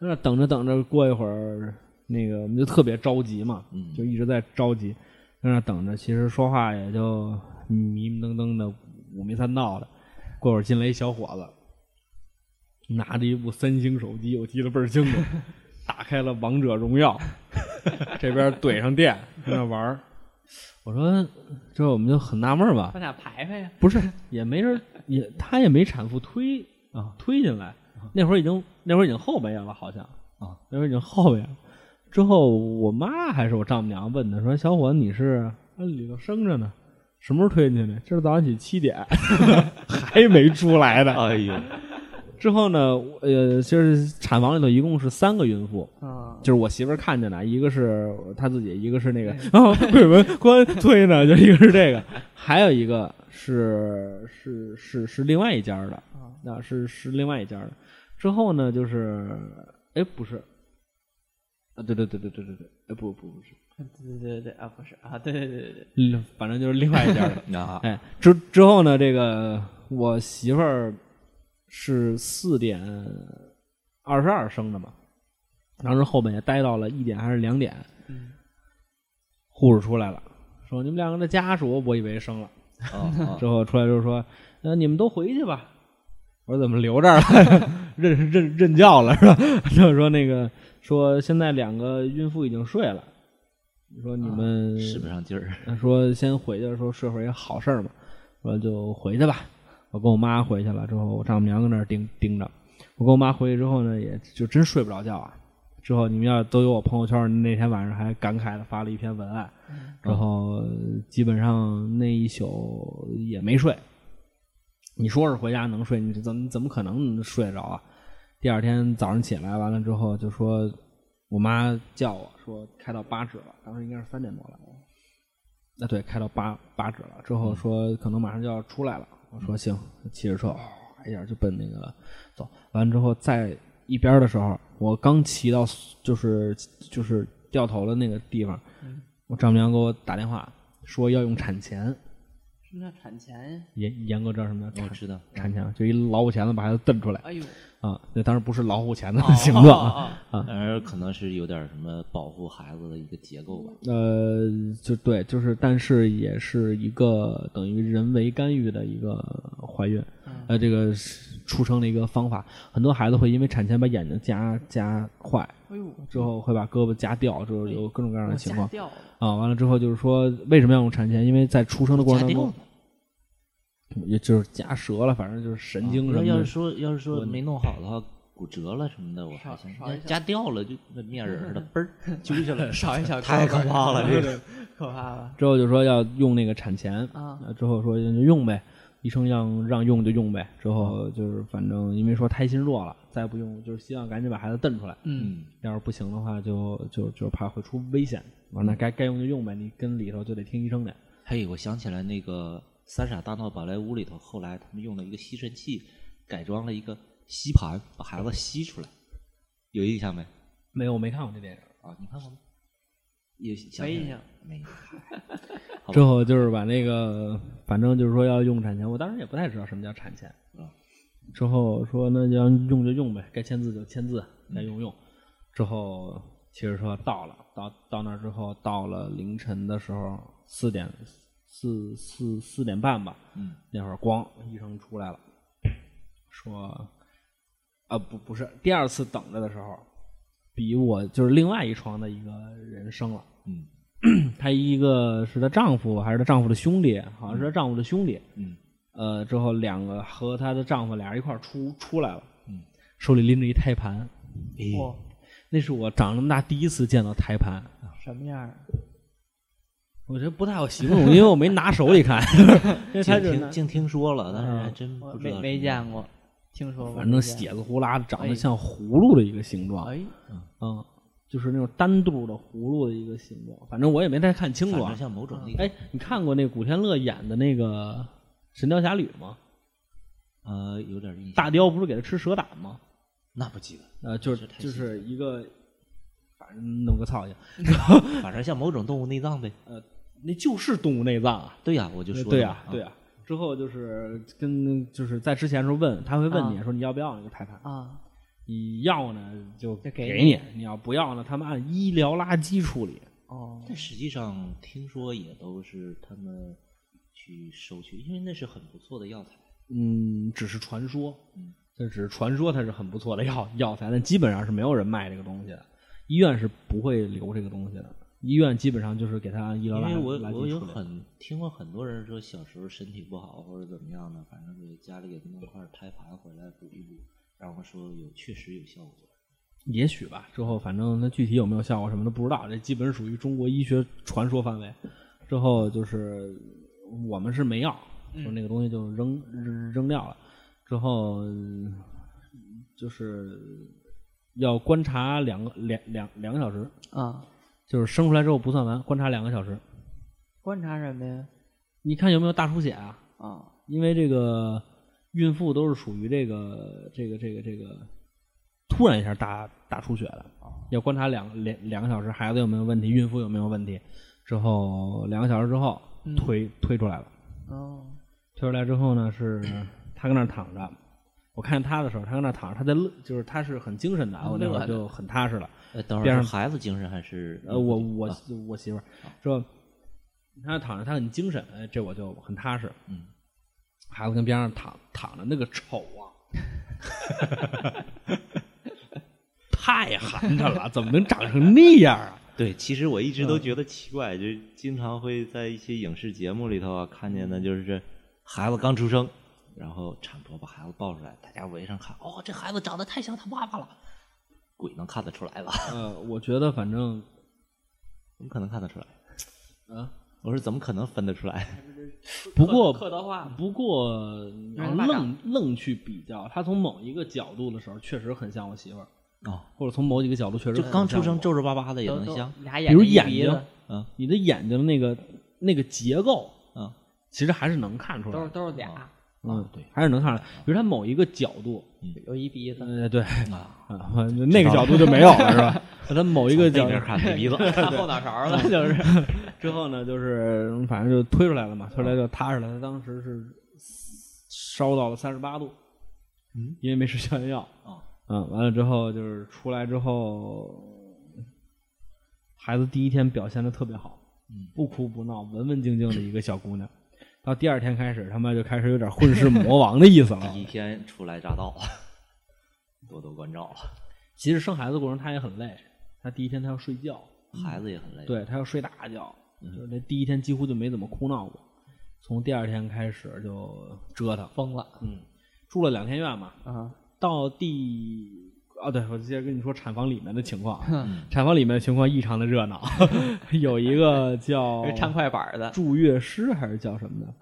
Speaker 2: 那等着等着，过一会儿那个我们就特别着急嘛，
Speaker 5: 嗯
Speaker 2: 就一直在着急，在那儿等着。其实说话也就迷迷瞪瞪的，五迷三道的。过会儿进来一小伙子，拿着一部三星手机，我记得倍儿清楚，打开了《王者荣耀》， 这边怼上电在那玩儿。我说，这我们就很纳闷儿吧，
Speaker 4: 上哪排排呀？
Speaker 2: 不是，也没人，也他也没产妇推啊推进来。那会儿已经那会儿已经后半夜了，好像
Speaker 5: 啊，
Speaker 2: 那会儿已经后半夜了。之后我妈还是我丈母娘问他说：“小伙子，你是那里头生着呢，什么时候推进去的？今儿早上起七点， 还没出来呢。”
Speaker 5: 哎呦，
Speaker 2: 之后呢，我呃，就是产房里头一共是三个孕妇，
Speaker 4: 啊，
Speaker 2: 就是我媳妇儿看见的，一个是她自己，一个是那个 啊鬼门关推呢，就一个是这个，还有一个是是是是另外一家的，啊是是另外一家的。之后呢，就是哎不是，啊对对对对对对对，哎不不不是，
Speaker 4: 对对对啊，不是啊，对对对对对，
Speaker 2: 嗯，反正就是另外一家的。
Speaker 3: 啊，
Speaker 2: 哎，之之后呢，这个我媳妇儿是四点二十二生的嘛，当时后半夜待到了一点还是两点，护士出来了，说你们两个的家属，我以为生了，
Speaker 3: 啊
Speaker 2: 之后出来就说，呃，你们都回去吧。我说怎么留这儿了？ 认认认觉了是吧？ 就是说那个说现在两个孕妇已经睡了，说你们、
Speaker 3: 使不上 劲儿，
Speaker 2: 他说先回去，说睡会儿也好事儿嘛，说就回去吧。我跟我妈回去了之后，我丈母娘跟那儿盯盯着。我跟我妈回去之后呢，也就真睡不着觉啊。之后你们要都有我朋友圈，那天晚上还感慨的发了一篇文案，然后基本上那一宿也没睡。你说是回家能睡，你这怎么怎么可能睡得着啊？第二天早上起来完了之后，就说我妈叫我说开到八指了，当时应该是三点多了。那对，开到八八指了之后说可能马上就要出来了，我说行，骑着车，哦一点就奔那个走。完之后在一边的时候，我刚骑到就是就是掉头的那个地方，我丈母娘给我打电话说要用产钳，
Speaker 4: 什么叫产前呀？
Speaker 2: 严严格知道什么叫
Speaker 3: 我
Speaker 2: 产
Speaker 3: 知道，
Speaker 2: 产钳，就一老虎钳子把孩子蹬出来
Speaker 4: 哎呦，
Speaker 2: 啊！那当然不是老虎钳子
Speaker 4: 哦
Speaker 2: 的形状 啊，
Speaker 4: 哦哦
Speaker 3: 但是可能是有点什么保护孩子的一个结构吧。
Speaker 2: 呃，就对，就是，但是也是一个等于人为干预的一个怀孕，呃，这个是出生的一个方法。很多孩子会因为产前把眼睛夹夹坏，
Speaker 4: 哎呦，
Speaker 2: 之后会把胳膊夹掉，就是有各种各样
Speaker 4: 我
Speaker 2: 的情
Speaker 4: 吓
Speaker 2: 况
Speaker 4: 掉了，
Speaker 2: 啊。完了之后就是说，为什么要用产前？因为在出生的过程当中，也就是夹折了，反正就是神经什
Speaker 3: 那
Speaker 2: 么
Speaker 3: 哦要
Speaker 2: 的
Speaker 3: 是。说要是说没弄好的话，骨折了什么的，我还行
Speaker 4: 少少一。下
Speaker 3: 夹掉了就那面人 似的，嘣儿揪下来了。
Speaker 4: 少一小
Speaker 3: 太可怕 了这
Speaker 4: 个可怕了
Speaker 2: 之后就说要用那个产钳
Speaker 4: 啊，
Speaker 2: 之后说就用呗，医生让让用就用呗。之后就是反正因为说胎心弱了，再不用就是希望赶紧把孩子蹬出来。
Speaker 3: 嗯，
Speaker 2: 要是不行的话就，就就怕会出危险。完了该该用就用呗，你跟里头就得听医生的。
Speaker 3: 嘿，我想起来那个《三傻大闹宝莱坞》里头，后来他们用了一个吸尘器，改装了一个吸盘，把孩子吸出来，有印象没？
Speaker 2: 没有，我没看过这电影。
Speaker 3: 啊，你看过吗？有想起来
Speaker 4: 没印象，
Speaker 3: 没印象。好吧
Speaker 2: 之后就是把那个，反正就是说要用产前，我当时也不太知道什么叫产前。
Speaker 3: 啊
Speaker 2: 之后说那要用就用呗，该签字就签字，该用用。之后骑着车到了，到到那儿之后，到了凌晨的时候四点四四四点半吧，
Speaker 3: 嗯，
Speaker 2: 那会儿光医生出来了，说啊不不是，第二次等着的时候，比我就是另外一床的一个人生了。
Speaker 3: 嗯
Speaker 2: 她一个是她丈夫还是她丈夫的兄弟，好像是她丈夫的兄弟。
Speaker 3: 嗯，
Speaker 2: 呃，之后两个和她的丈夫俩人一块儿出出来了，
Speaker 3: 嗯，
Speaker 2: 手里拎着一胎盘，
Speaker 3: 哎
Speaker 4: 哇，
Speaker 2: 那是我长这么大第一次见到胎盘，
Speaker 4: 什么样儿？啊
Speaker 2: 我觉得不太好形容，因为我没拿手里看， 因为她
Speaker 3: 净
Speaker 2: 就
Speaker 3: 听净听说了，但是还真
Speaker 4: 我
Speaker 3: 不知
Speaker 4: 没
Speaker 3: 道。
Speaker 4: 没见过，听说过，
Speaker 2: 反正
Speaker 4: 没见
Speaker 2: 血子呼啦长得像葫芦的一个形
Speaker 4: 过
Speaker 2: 状，
Speaker 4: 哎，
Speaker 2: 嗯，就是那种单肚的葫芦的一个形状，反正我也没太看清
Speaker 3: 反
Speaker 2: 楚
Speaker 3: 正
Speaker 2: 啊。
Speaker 3: 像某种那个
Speaker 2: 哎，你看过那古天乐演的那个《神雕侠侣》吗？
Speaker 3: 呃，有点印象。
Speaker 2: 大雕不是给他吃蛇胆吗？
Speaker 3: 那不记得，
Speaker 2: 呃，就是
Speaker 3: 太
Speaker 2: 就
Speaker 3: 细
Speaker 2: 是一个，反正弄个操性，
Speaker 3: 反正像某种动物内脏呗。
Speaker 2: 那就是动物内脏啊，
Speaker 3: 对呀、我就
Speaker 2: 呃
Speaker 3: 说
Speaker 2: 对
Speaker 3: 呀、
Speaker 2: 啊，对啊。之后就是跟就是在之前的时候问，他会
Speaker 3: 啊
Speaker 2: 问你说你要不要那个胎盘，
Speaker 4: 啊，
Speaker 2: 你要呢就
Speaker 4: 就给
Speaker 2: 给你，你要不要呢，他们按医疗垃圾处理。
Speaker 4: 哦，
Speaker 3: 但实际上听说也都是他们去收去，因为那是很不错的药材。
Speaker 2: 嗯，只是传说，这只是传说，它是很不错的药药材，但基本上是没有人卖这个东西的，医院是不会留这个东西的。医院基本上就是给他按医疗垃
Speaker 3: 因为我
Speaker 2: 垃圾处
Speaker 3: 我
Speaker 2: 理。
Speaker 3: 有很听过很多人说小时候身体不好或者怎么样的，反正给家里给弄块胎盘回来补一补，然后说有确实有效果。
Speaker 2: 也许吧，之后反正它具体有没有效果什么的不知道，这基本属于中国医学传说范围。之后就是我们是没药，
Speaker 3: 嗯
Speaker 2: 说那个东西就扔扔扔掉了。之后嗯就是要观察两个两两两个小时，
Speaker 4: 啊，
Speaker 2: 就是生出来之后不算完，观察两个小时，
Speaker 4: 观察什么呀？
Speaker 2: 你看有没有大出血啊？
Speaker 4: 啊，
Speaker 2: 因为这个孕妇都是属于这个这个这个这个突然一下大大出血了，要观察两两两个小时，孩子有没有问题，孕妇有没有问题，之后两个小时之后推、推出来了，
Speaker 4: 哦，
Speaker 2: 推出来之后呢，是他跟那儿躺着，我看见他的时候，他跟那儿躺着，他在乐，就是他是很精神的啊，我那会
Speaker 4: 乐
Speaker 2: 儿
Speaker 4: 着
Speaker 2: 就很踏实了。
Speaker 3: 呃，等会
Speaker 2: 边
Speaker 3: 儿
Speaker 2: 上
Speaker 3: 是孩子精神还是
Speaker 2: 呃，我我我媳妇儿说，她躺着，她很精神，哎，这我就很踏实。
Speaker 3: 嗯，
Speaker 2: 孩子跟边上躺躺着，那个丑 啊，太寒碜了，怎么能长成那样啊？
Speaker 3: 对，其实我一直
Speaker 2: 嗯
Speaker 3: 都觉得奇怪，就经常会在一些影视节目里头啊看见的，就是孩子刚出生，然后产婆把孩子抱出来，大家围上看，哦，这孩子长得太像他爸爸了，鬼能看得出来吧？
Speaker 2: 呃，我觉得反正
Speaker 3: 怎么可能看得出来？
Speaker 2: 啊，
Speaker 3: 我说怎么可能分得出来？
Speaker 2: 不过
Speaker 4: 客客套话嘛，
Speaker 2: 不过你要
Speaker 4: 让他爸
Speaker 2: 愣愣去比较，她从某一个角度的时候，确实很像我媳妇儿，
Speaker 3: 哦，
Speaker 2: 或者从某几个角度确实
Speaker 3: 就
Speaker 2: 很
Speaker 3: 刚
Speaker 2: 像
Speaker 3: 出生
Speaker 2: 我
Speaker 3: 皱皱巴巴的也
Speaker 4: 都
Speaker 3: 能嗯
Speaker 4: 都
Speaker 3: 像，
Speaker 4: 俩眼
Speaker 2: 比如
Speaker 4: 睛一
Speaker 2: 眼
Speaker 4: 鼻子
Speaker 2: 睛，你的眼睛的那个那个结构，
Speaker 3: 嗯，
Speaker 2: 其实还是能看出来
Speaker 4: 都是
Speaker 2: 的，
Speaker 4: 都是俩，
Speaker 2: 嗯，对，还是能看出来。比如他某一个角度，
Speaker 4: 有一鼻子，
Speaker 2: 呃，对，
Speaker 3: 啊，
Speaker 2: 啊那个角度就没有了，是吧？ 他某一个
Speaker 3: 那
Speaker 2: 角
Speaker 3: 边看没鼻子，
Speaker 4: 看后脑勺了，就是
Speaker 2: 之后呢，就是反正就推出来了嘛，推出来就踏实了。他当时是烧到了三十八度，嗯，因为没吃消炎药
Speaker 3: 哦
Speaker 2: 嗯，完了之后就是出来之后，孩子第一天表现的特别好，嗯，不哭不闹，文文静静的一个小姑娘。到第二天开始，他妈就开始有点混世魔王的意思了
Speaker 3: 第。一天初来乍到，多多关照啊了。
Speaker 2: 其实生孩子过程她也很累，她第一天她要睡觉，
Speaker 3: 孩子也很累，，
Speaker 2: 嗯对她要睡大觉，就是那第一天几乎就没怎么哭闹过，从第二天开始就折腾，
Speaker 4: 疯了
Speaker 2: 嗯，住了两天院嘛，
Speaker 4: 啊，
Speaker 2: 到第啊，对我接着跟你说产房里面的情况
Speaker 4: 嗯
Speaker 2: 啊，产房里面的情况异常的热闹，有一个 叫
Speaker 4: 这唱快板的
Speaker 2: 祝乐师还是叫什么的，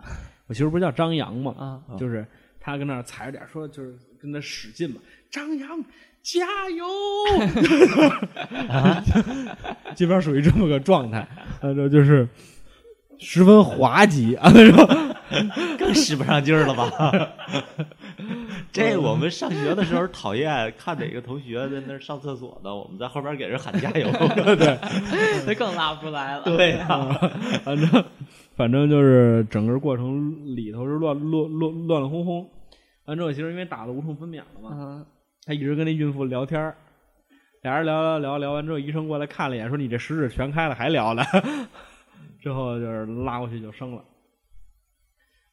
Speaker 2: 我媳妇不是叫张扬吗？
Speaker 4: 啊，
Speaker 2: 就是他跟那儿踩着点儿说，就是跟他使劲嘛，张扬加油， 基本上属于这么个状态，他说就是十分滑稽啊，他说
Speaker 3: 更使不上劲儿 了吧？
Speaker 2: 嗯
Speaker 3: 这我们上学的时候讨厌看哪个同学在那儿上厕所呢，我们在后边给人喊加油。
Speaker 2: 嗯
Speaker 4: 那更拉不出来了，
Speaker 3: 对呀、
Speaker 2: 反正反正就是整个过程里头是乱乱乱乱乱哄哄，完之后其实因为打的无痛分娩了嘛，
Speaker 4: 嗯，
Speaker 2: 他一直跟那孕妇聊天儿俩人聊聊聊聊完之后，医生过来看了一眼，说你这食指全开了，还聊呢。 之后就是拉过去就生了，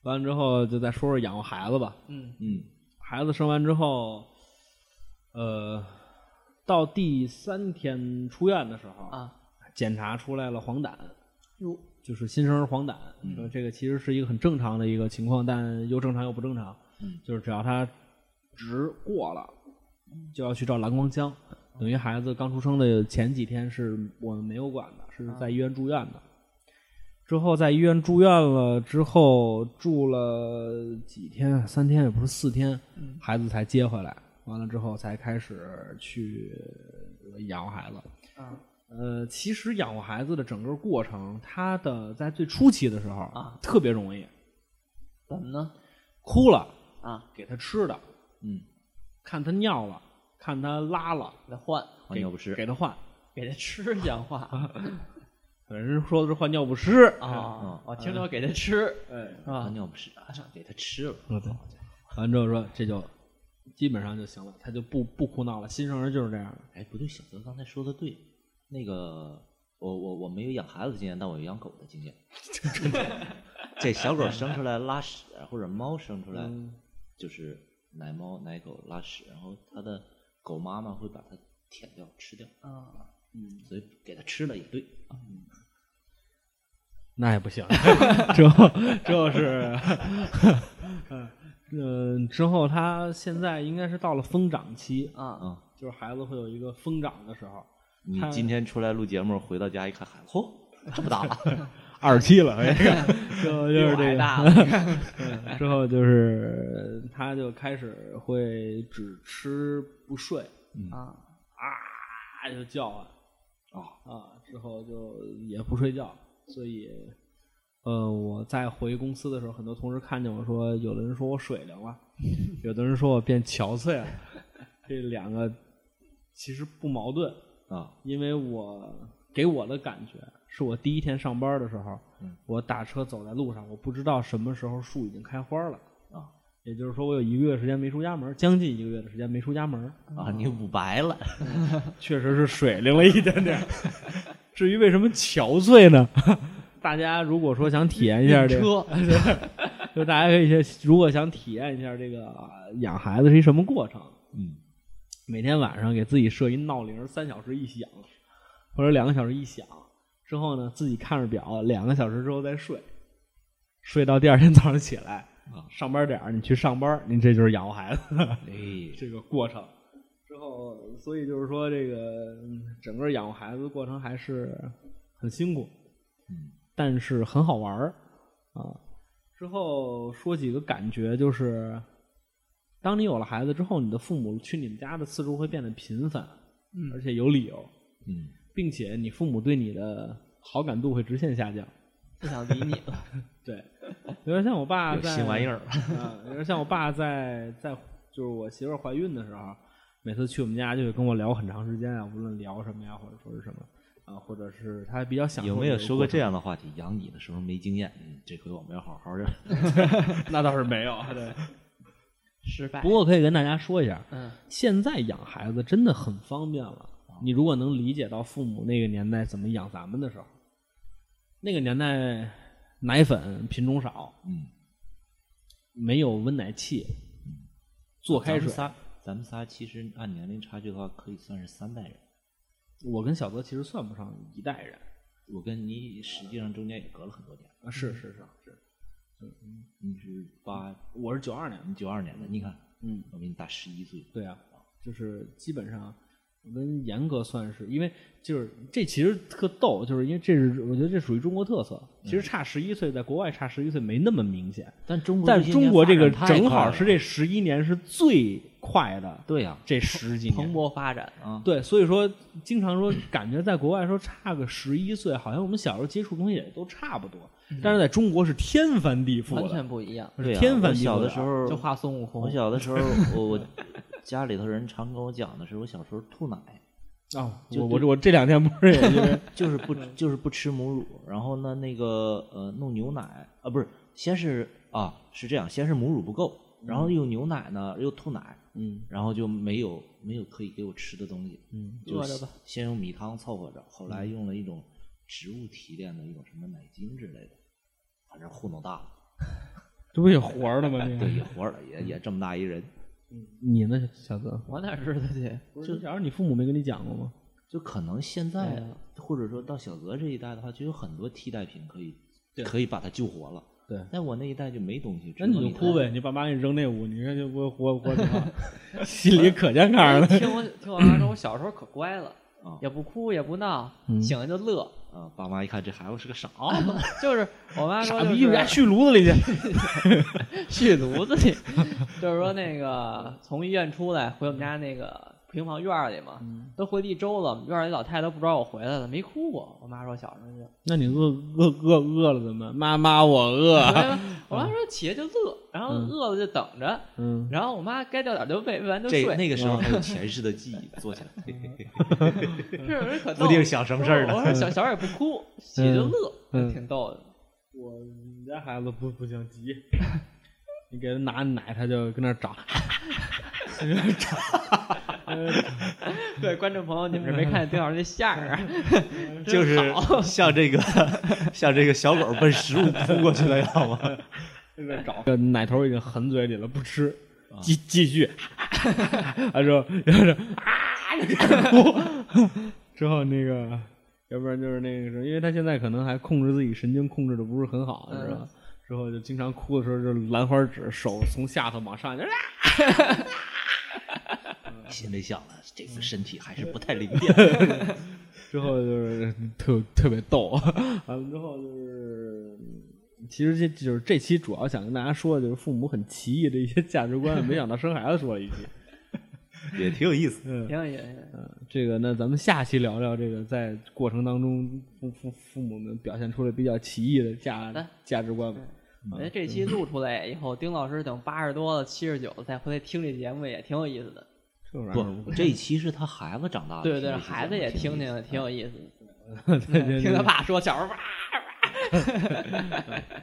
Speaker 2: 完了之后就再说说养活孩子吧。
Speaker 4: 嗯，
Speaker 3: 嗯，
Speaker 2: 孩子生完之后，呃，到第三天出院的时候
Speaker 4: 啊，
Speaker 2: 检查出来了黄疸，
Speaker 4: 哟，
Speaker 2: 就是新生儿黄疸，说这个其实是一个很正常的一个情况，但又正常又不正常，
Speaker 3: 嗯
Speaker 2: 就是只要它值过了，就要去照蓝光腔。等于孩子刚出生的前几天是我们没有管的，是在医院住院的。之后在医院住院了之后，住了几天，三天也不是四天，孩子才接回来。完了之后才开始去养活孩子。
Speaker 4: 啊，
Speaker 2: 呃，其实养活孩子的整个过程，他的在最初期的时候
Speaker 4: 啊，
Speaker 2: 特别容易，
Speaker 4: 怎么呢？
Speaker 2: 哭了
Speaker 4: 啊，
Speaker 2: 给他吃的，
Speaker 3: 嗯，
Speaker 2: 看他尿了，看他拉了，
Speaker 4: 给他换，
Speaker 3: 换尿不湿
Speaker 2: 给他换。
Speaker 4: 给他吃 像话
Speaker 2: 有人说的是换尿不湿啊，
Speaker 4: 啊，我听着给他吃
Speaker 2: 哎，
Speaker 3: 换
Speaker 4: 啊，
Speaker 3: 尿不湿啊，给他吃了。
Speaker 2: 对，完之后说这就基本上就行了，他就不不哭闹了。新生儿就是这样的，
Speaker 3: 哎，不对，小泽刚才说的对，那个我我我没有养孩子的经验，但我有养狗的经验。 这小狗生出来拉屎，或者猫生出
Speaker 2: 嗯
Speaker 3: 来、就是奶猫奶狗拉屎，然后它的狗妈妈会把它舔掉吃掉，
Speaker 4: 啊，
Speaker 3: 所以给它吃了也对。
Speaker 2: 那也不行。 之后之后是，嗯、呃，之后他现在应该是到了疯长期，
Speaker 4: 啊，
Speaker 2: 就是孩子会有一个疯长的时候，
Speaker 3: 你
Speaker 2: 它
Speaker 3: 今天出来录节目，回到家一看，孩子，嚯，这 么大！
Speaker 2: 二十七了，哎，之后就是
Speaker 4: 比我还
Speaker 2: 这
Speaker 4: 大
Speaker 2: 个，
Speaker 4: 了，
Speaker 2: 嗯之后就是他就开始会只吃不睡
Speaker 4: 啊，
Speaker 2: 啊，就叫唤
Speaker 4: 哦
Speaker 3: 啊
Speaker 2: 啊，之后就也不睡觉，所以呃，我在回公司的时候，很多同事看见我说，有的人说我水灵了，有的人说我变憔悴了，这两个其实不矛盾，
Speaker 3: 啊，
Speaker 2: 因为我给我的感觉是我第一天上班的时候，我打车走在路上，我不知道什么时候树已经开花了
Speaker 3: 啊，
Speaker 2: 也就是说我有一个月时间没出家门，将近一个月的时间没出家门，
Speaker 3: 啊，你捂白了，
Speaker 2: 确实是水灵了一点点。 至于为什么憔悴呢？ 大家如果说想体验一下这个，
Speaker 4: 车
Speaker 2: 就大家可以先，如果想体验一下这个呃养孩子是一什么过程，
Speaker 3: 嗯，
Speaker 2: 每天晚上给自己设一闹铃，三小时一响，或者两个小时一响，之后呢，自己看着表，两个小时之后再睡，睡到第二天早上起来，上班点儿你去上班，你这就是养活孩子。
Speaker 3: 哎，
Speaker 2: 这个过程。之后，所以就是说，这个嗯整个养活孩子过程还是很辛苦，
Speaker 3: 嗯，
Speaker 2: 但是很好玩儿啊。之后说几个感觉，就是当你有了孩子之后，你的父母去你们家的次数会变得频繁，
Speaker 4: 嗯
Speaker 2: 而且有理由，
Speaker 3: 嗯，
Speaker 2: 并且你父母对你的好感度会直线下降。
Speaker 4: 不想理你了，
Speaker 2: 对， 有点像我爸
Speaker 3: 有
Speaker 2: 在
Speaker 3: 新玩意儿了，
Speaker 2: 啊，有点像我爸在在就是我媳妇儿怀孕的时候，每次去我们家就会跟我聊很长时间啊，无论聊什么呀，或者说是什么啊，或者是他比较享受。
Speaker 3: 有没有说过这
Speaker 2: 样？
Speaker 3: 样的话题？养你的时候没经验，嗯，这回我们要好好的。
Speaker 2: 那倒是没有。 对，
Speaker 4: 失败
Speaker 2: 不。过可以跟大家说一下，
Speaker 4: 嗯，
Speaker 2: 现在养孩子真的很方便了。
Speaker 3: 啊
Speaker 2: 你如果能理解到父母那个年代怎么养咱们的时候，那个年代奶粉品种少，
Speaker 3: 嗯，
Speaker 2: 没有温奶器，做开水。
Speaker 3: 咱们仨，咱们仨其实按年龄差距的话，可以算是三代人。
Speaker 2: 我跟小泽其实算不上一代人。
Speaker 3: 我跟你实际上中间也隔了很多年，
Speaker 2: 啊，是是是是，
Speaker 3: 你是八，
Speaker 2: 我是九二年的，
Speaker 3: 你九二年的，你看
Speaker 2: 嗯，
Speaker 3: 我比你大十一岁。
Speaker 2: 对啊，就是基本上我跟严格算是，因为就是这其实特逗，就是因为这是我觉得这属于中国特色，
Speaker 3: 嗯
Speaker 2: 其实差十一岁，在国外差十一岁没那么明显，
Speaker 3: 但中国
Speaker 2: 但
Speaker 3: 这些
Speaker 2: 中
Speaker 3: 年
Speaker 2: 国
Speaker 3: 发
Speaker 2: 这个
Speaker 3: 展太
Speaker 2: 正
Speaker 3: 快
Speaker 2: 好
Speaker 3: 了
Speaker 2: 是这十一年是最快的
Speaker 3: 对呀，
Speaker 2: 这十几
Speaker 4: 蓬
Speaker 2: 年。
Speaker 4: 勃发展，
Speaker 3: 啊，
Speaker 2: 对，所以说经常说感觉在国外说差个十一岁，好像我们小时候接触东西也都差不多，
Speaker 3: 嗯
Speaker 2: 但是在中国是天翻地覆
Speaker 4: 完
Speaker 2: 的
Speaker 4: 全，不一样。
Speaker 3: 对呀
Speaker 2: 天
Speaker 3: 我
Speaker 2: 翻地
Speaker 3: 小
Speaker 2: 覆
Speaker 3: 的
Speaker 2: 啊的
Speaker 3: 时候
Speaker 4: 就画孙悟空
Speaker 3: 我，小的时候，我我家里头人常跟我讲的是，我小时候吐奶，
Speaker 2: 啊！
Speaker 3: 就
Speaker 2: 我
Speaker 3: 对
Speaker 2: 我这我这两天不是也因为
Speaker 3: 就是不就是不吃母乳，然后呢那个呃弄牛奶啊不是，先是啊是这样，先是母乳不够，然后又牛奶呢又吐奶，
Speaker 2: 嗯，
Speaker 3: 然后就没有没有可以给我吃的东西，嗯，
Speaker 4: 饿着吧，
Speaker 3: 先用米汤凑合着，后
Speaker 2: 嗯
Speaker 3: 来用了一种植物提炼的一种什么奶精之类的，反正糊弄大了，
Speaker 2: 这不也活儿了吗？这
Speaker 3: 对，也活了，也也这么大一人，
Speaker 2: 你呢，小泽？
Speaker 4: 我哪知道去？
Speaker 2: 就假如你父母没跟你讲过吗？
Speaker 3: 就可能现在、或者说到小泽这一代的话，就有很多替代品可以可以把它救活了。
Speaker 2: 对
Speaker 3: 但我那一代就没东西，
Speaker 2: 那
Speaker 3: 只
Speaker 2: 你
Speaker 3: 能
Speaker 2: 就
Speaker 3: 米
Speaker 2: 哭
Speaker 3: 饭
Speaker 2: 呗，你爸妈给你扔那屋，你看就不活活挺 好，心里可健康了。
Speaker 4: 听我听我妈说，我小时候可乖了
Speaker 3: 啊，
Speaker 4: 也不哭也不闹，醒了就乐。
Speaker 3: 啊！爸妈一看这孩子是个傻子，
Speaker 2: 啊
Speaker 4: 就是我妈说
Speaker 2: 傻
Speaker 4: 就是
Speaker 2: 逼，我家续炉子里去。
Speaker 4: 续炉子去， 就是说那个从医院出来回我们家那个平房院儿里嘛，都回了一周了，我们院儿里老太太都不知道我回来了，没哭过。我妈说小时候就，
Speaker 2: 那你饿饿饿饿了怎么办？妈妈，我 饿。
Speaker 4: 我妈说起来就乐，然后饿了就等着，
Speaker 2: 嗯，
Speaker 4: 然后我妈该掉点儿就喂，喂完就
Speaker 3: 这
Speaker 4: 睡。
Speaker 3: 那个时候 还有前世的记忆，坐起来，嘿嘿嘿
Speaker 4: 这有人可
Speaker 3: 不
Speaker 4: 逗，
Speaker 3: 定想什么事儿
Speaker 4: 我
Speaker 3: 呢。
Speaker 4: 说小小孩也不哭，起来就乐，
Speaker 2: 嗯
Speaker 4: 挺逗的。
Speaker 2: 我们家孩子不不行，急。 你给他拿奶，他就跟那儿找。
Speaker 4: 对，观众朋友，你们是没看见丁老师那相儿啊，
Speaker 3: 就是 像 这个像这个小狗奔食物扑过去了，要吗？
Speaker 2: 这奶头已经含嘴里了，不吃，继继续， 他说，然后就啊，就开始哭。 之后那个，要不然就是那个什么，因为他现在可能还控制自己神经控制的不是很好，你知道吧？之后就经常哭的时候，就是兰花指手从下头往上，就啊
Speaker 3: 心里想了，这次身体还是不 太灵便。
Speaker 2: 之后就是特特别逗，完了之后就是，其实这就是这期主要想跟大家说的就是父母很奇异的一些价值观，没想到生孩子说了一句。
Speaker 3: 也挺有意思。
Speaker 4: 挺有意思。
Speaker 2: 这个，那咱们下期聊聊这个在过程当中父父父母们表现出了比较奇异的价
Speaker 4: 的
Speaker 2: 价值观吧。
Speaker 4: 我觉得哎这期录出来以后，丁老师等八十多了、七十九了再回来听这节目也挺有意思的。
Speaker 2: 这玩意儿
Speaker 5: 不，这一期是他孩子长大
Speaker 3: 啊
Speaker 5: 了，
Speaker 4: 对对，
Speaker 5: 听这期
Speaker 4: 孩子
Speaker 5: 节目
Speaker 4: 也
Speaker 5: 挺有
Speaker 4: 听
Speaker 5: 意
Speaker 4: 听
Speaker 5: 思
Speaker 4: 了，
Speaker 3: 嗯
Speaker 4: 挺有意思的。
Speaker 2: 嗯 对对
Speaker 4: 听他
Speaker 2: 对
Speaker 4: 爸说小时候哇，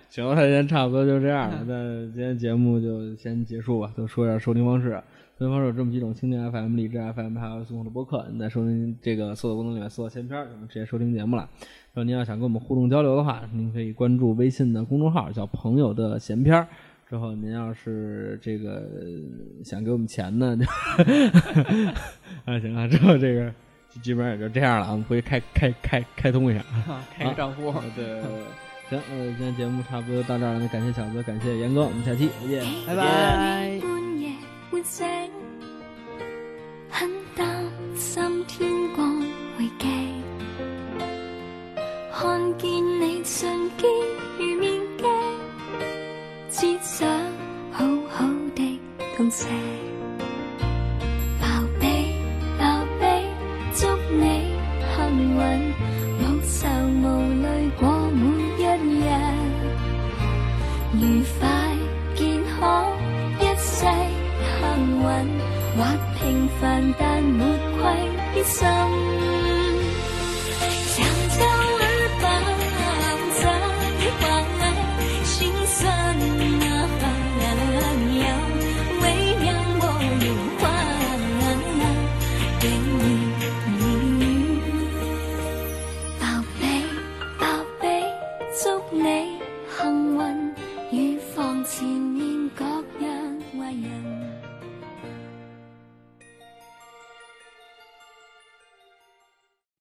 Speaker 2: 行了，今天差不多就这样了。那今天节目就先结束吧，就说一下收听方式。收听方式有这么几种：蜻蜓 FM、荔枝 FM，还有苏红的播客。你在收听这个搜索功能里面搜到“千篇儿”，就能直接收听节目了。然后您要想跟我们互动交流的话，您可以关注微信的公众号，叫“朋友的闲篇儿”。之后您要是这个呃想给我们钱呢，就 啊行啊，之后这个基基本上也就这样了啊，我们回去开开开开通一下。
Speaker 4: 开个账户，
Speaker 2: 对，行，呃，今天节目差不多到这儿了，那感谢小泽，感谢严哥，我们下期再见。
Speaker 4: 拜拜。
Speaker 6: 半夜唤醒，很担心天光会记。看见你相机如面镜，只想好好地感谢。包庇包庇，祝你幸运，無愁無慮過每一日。愉快健康，一世幸運，或平凡但沒愧於心。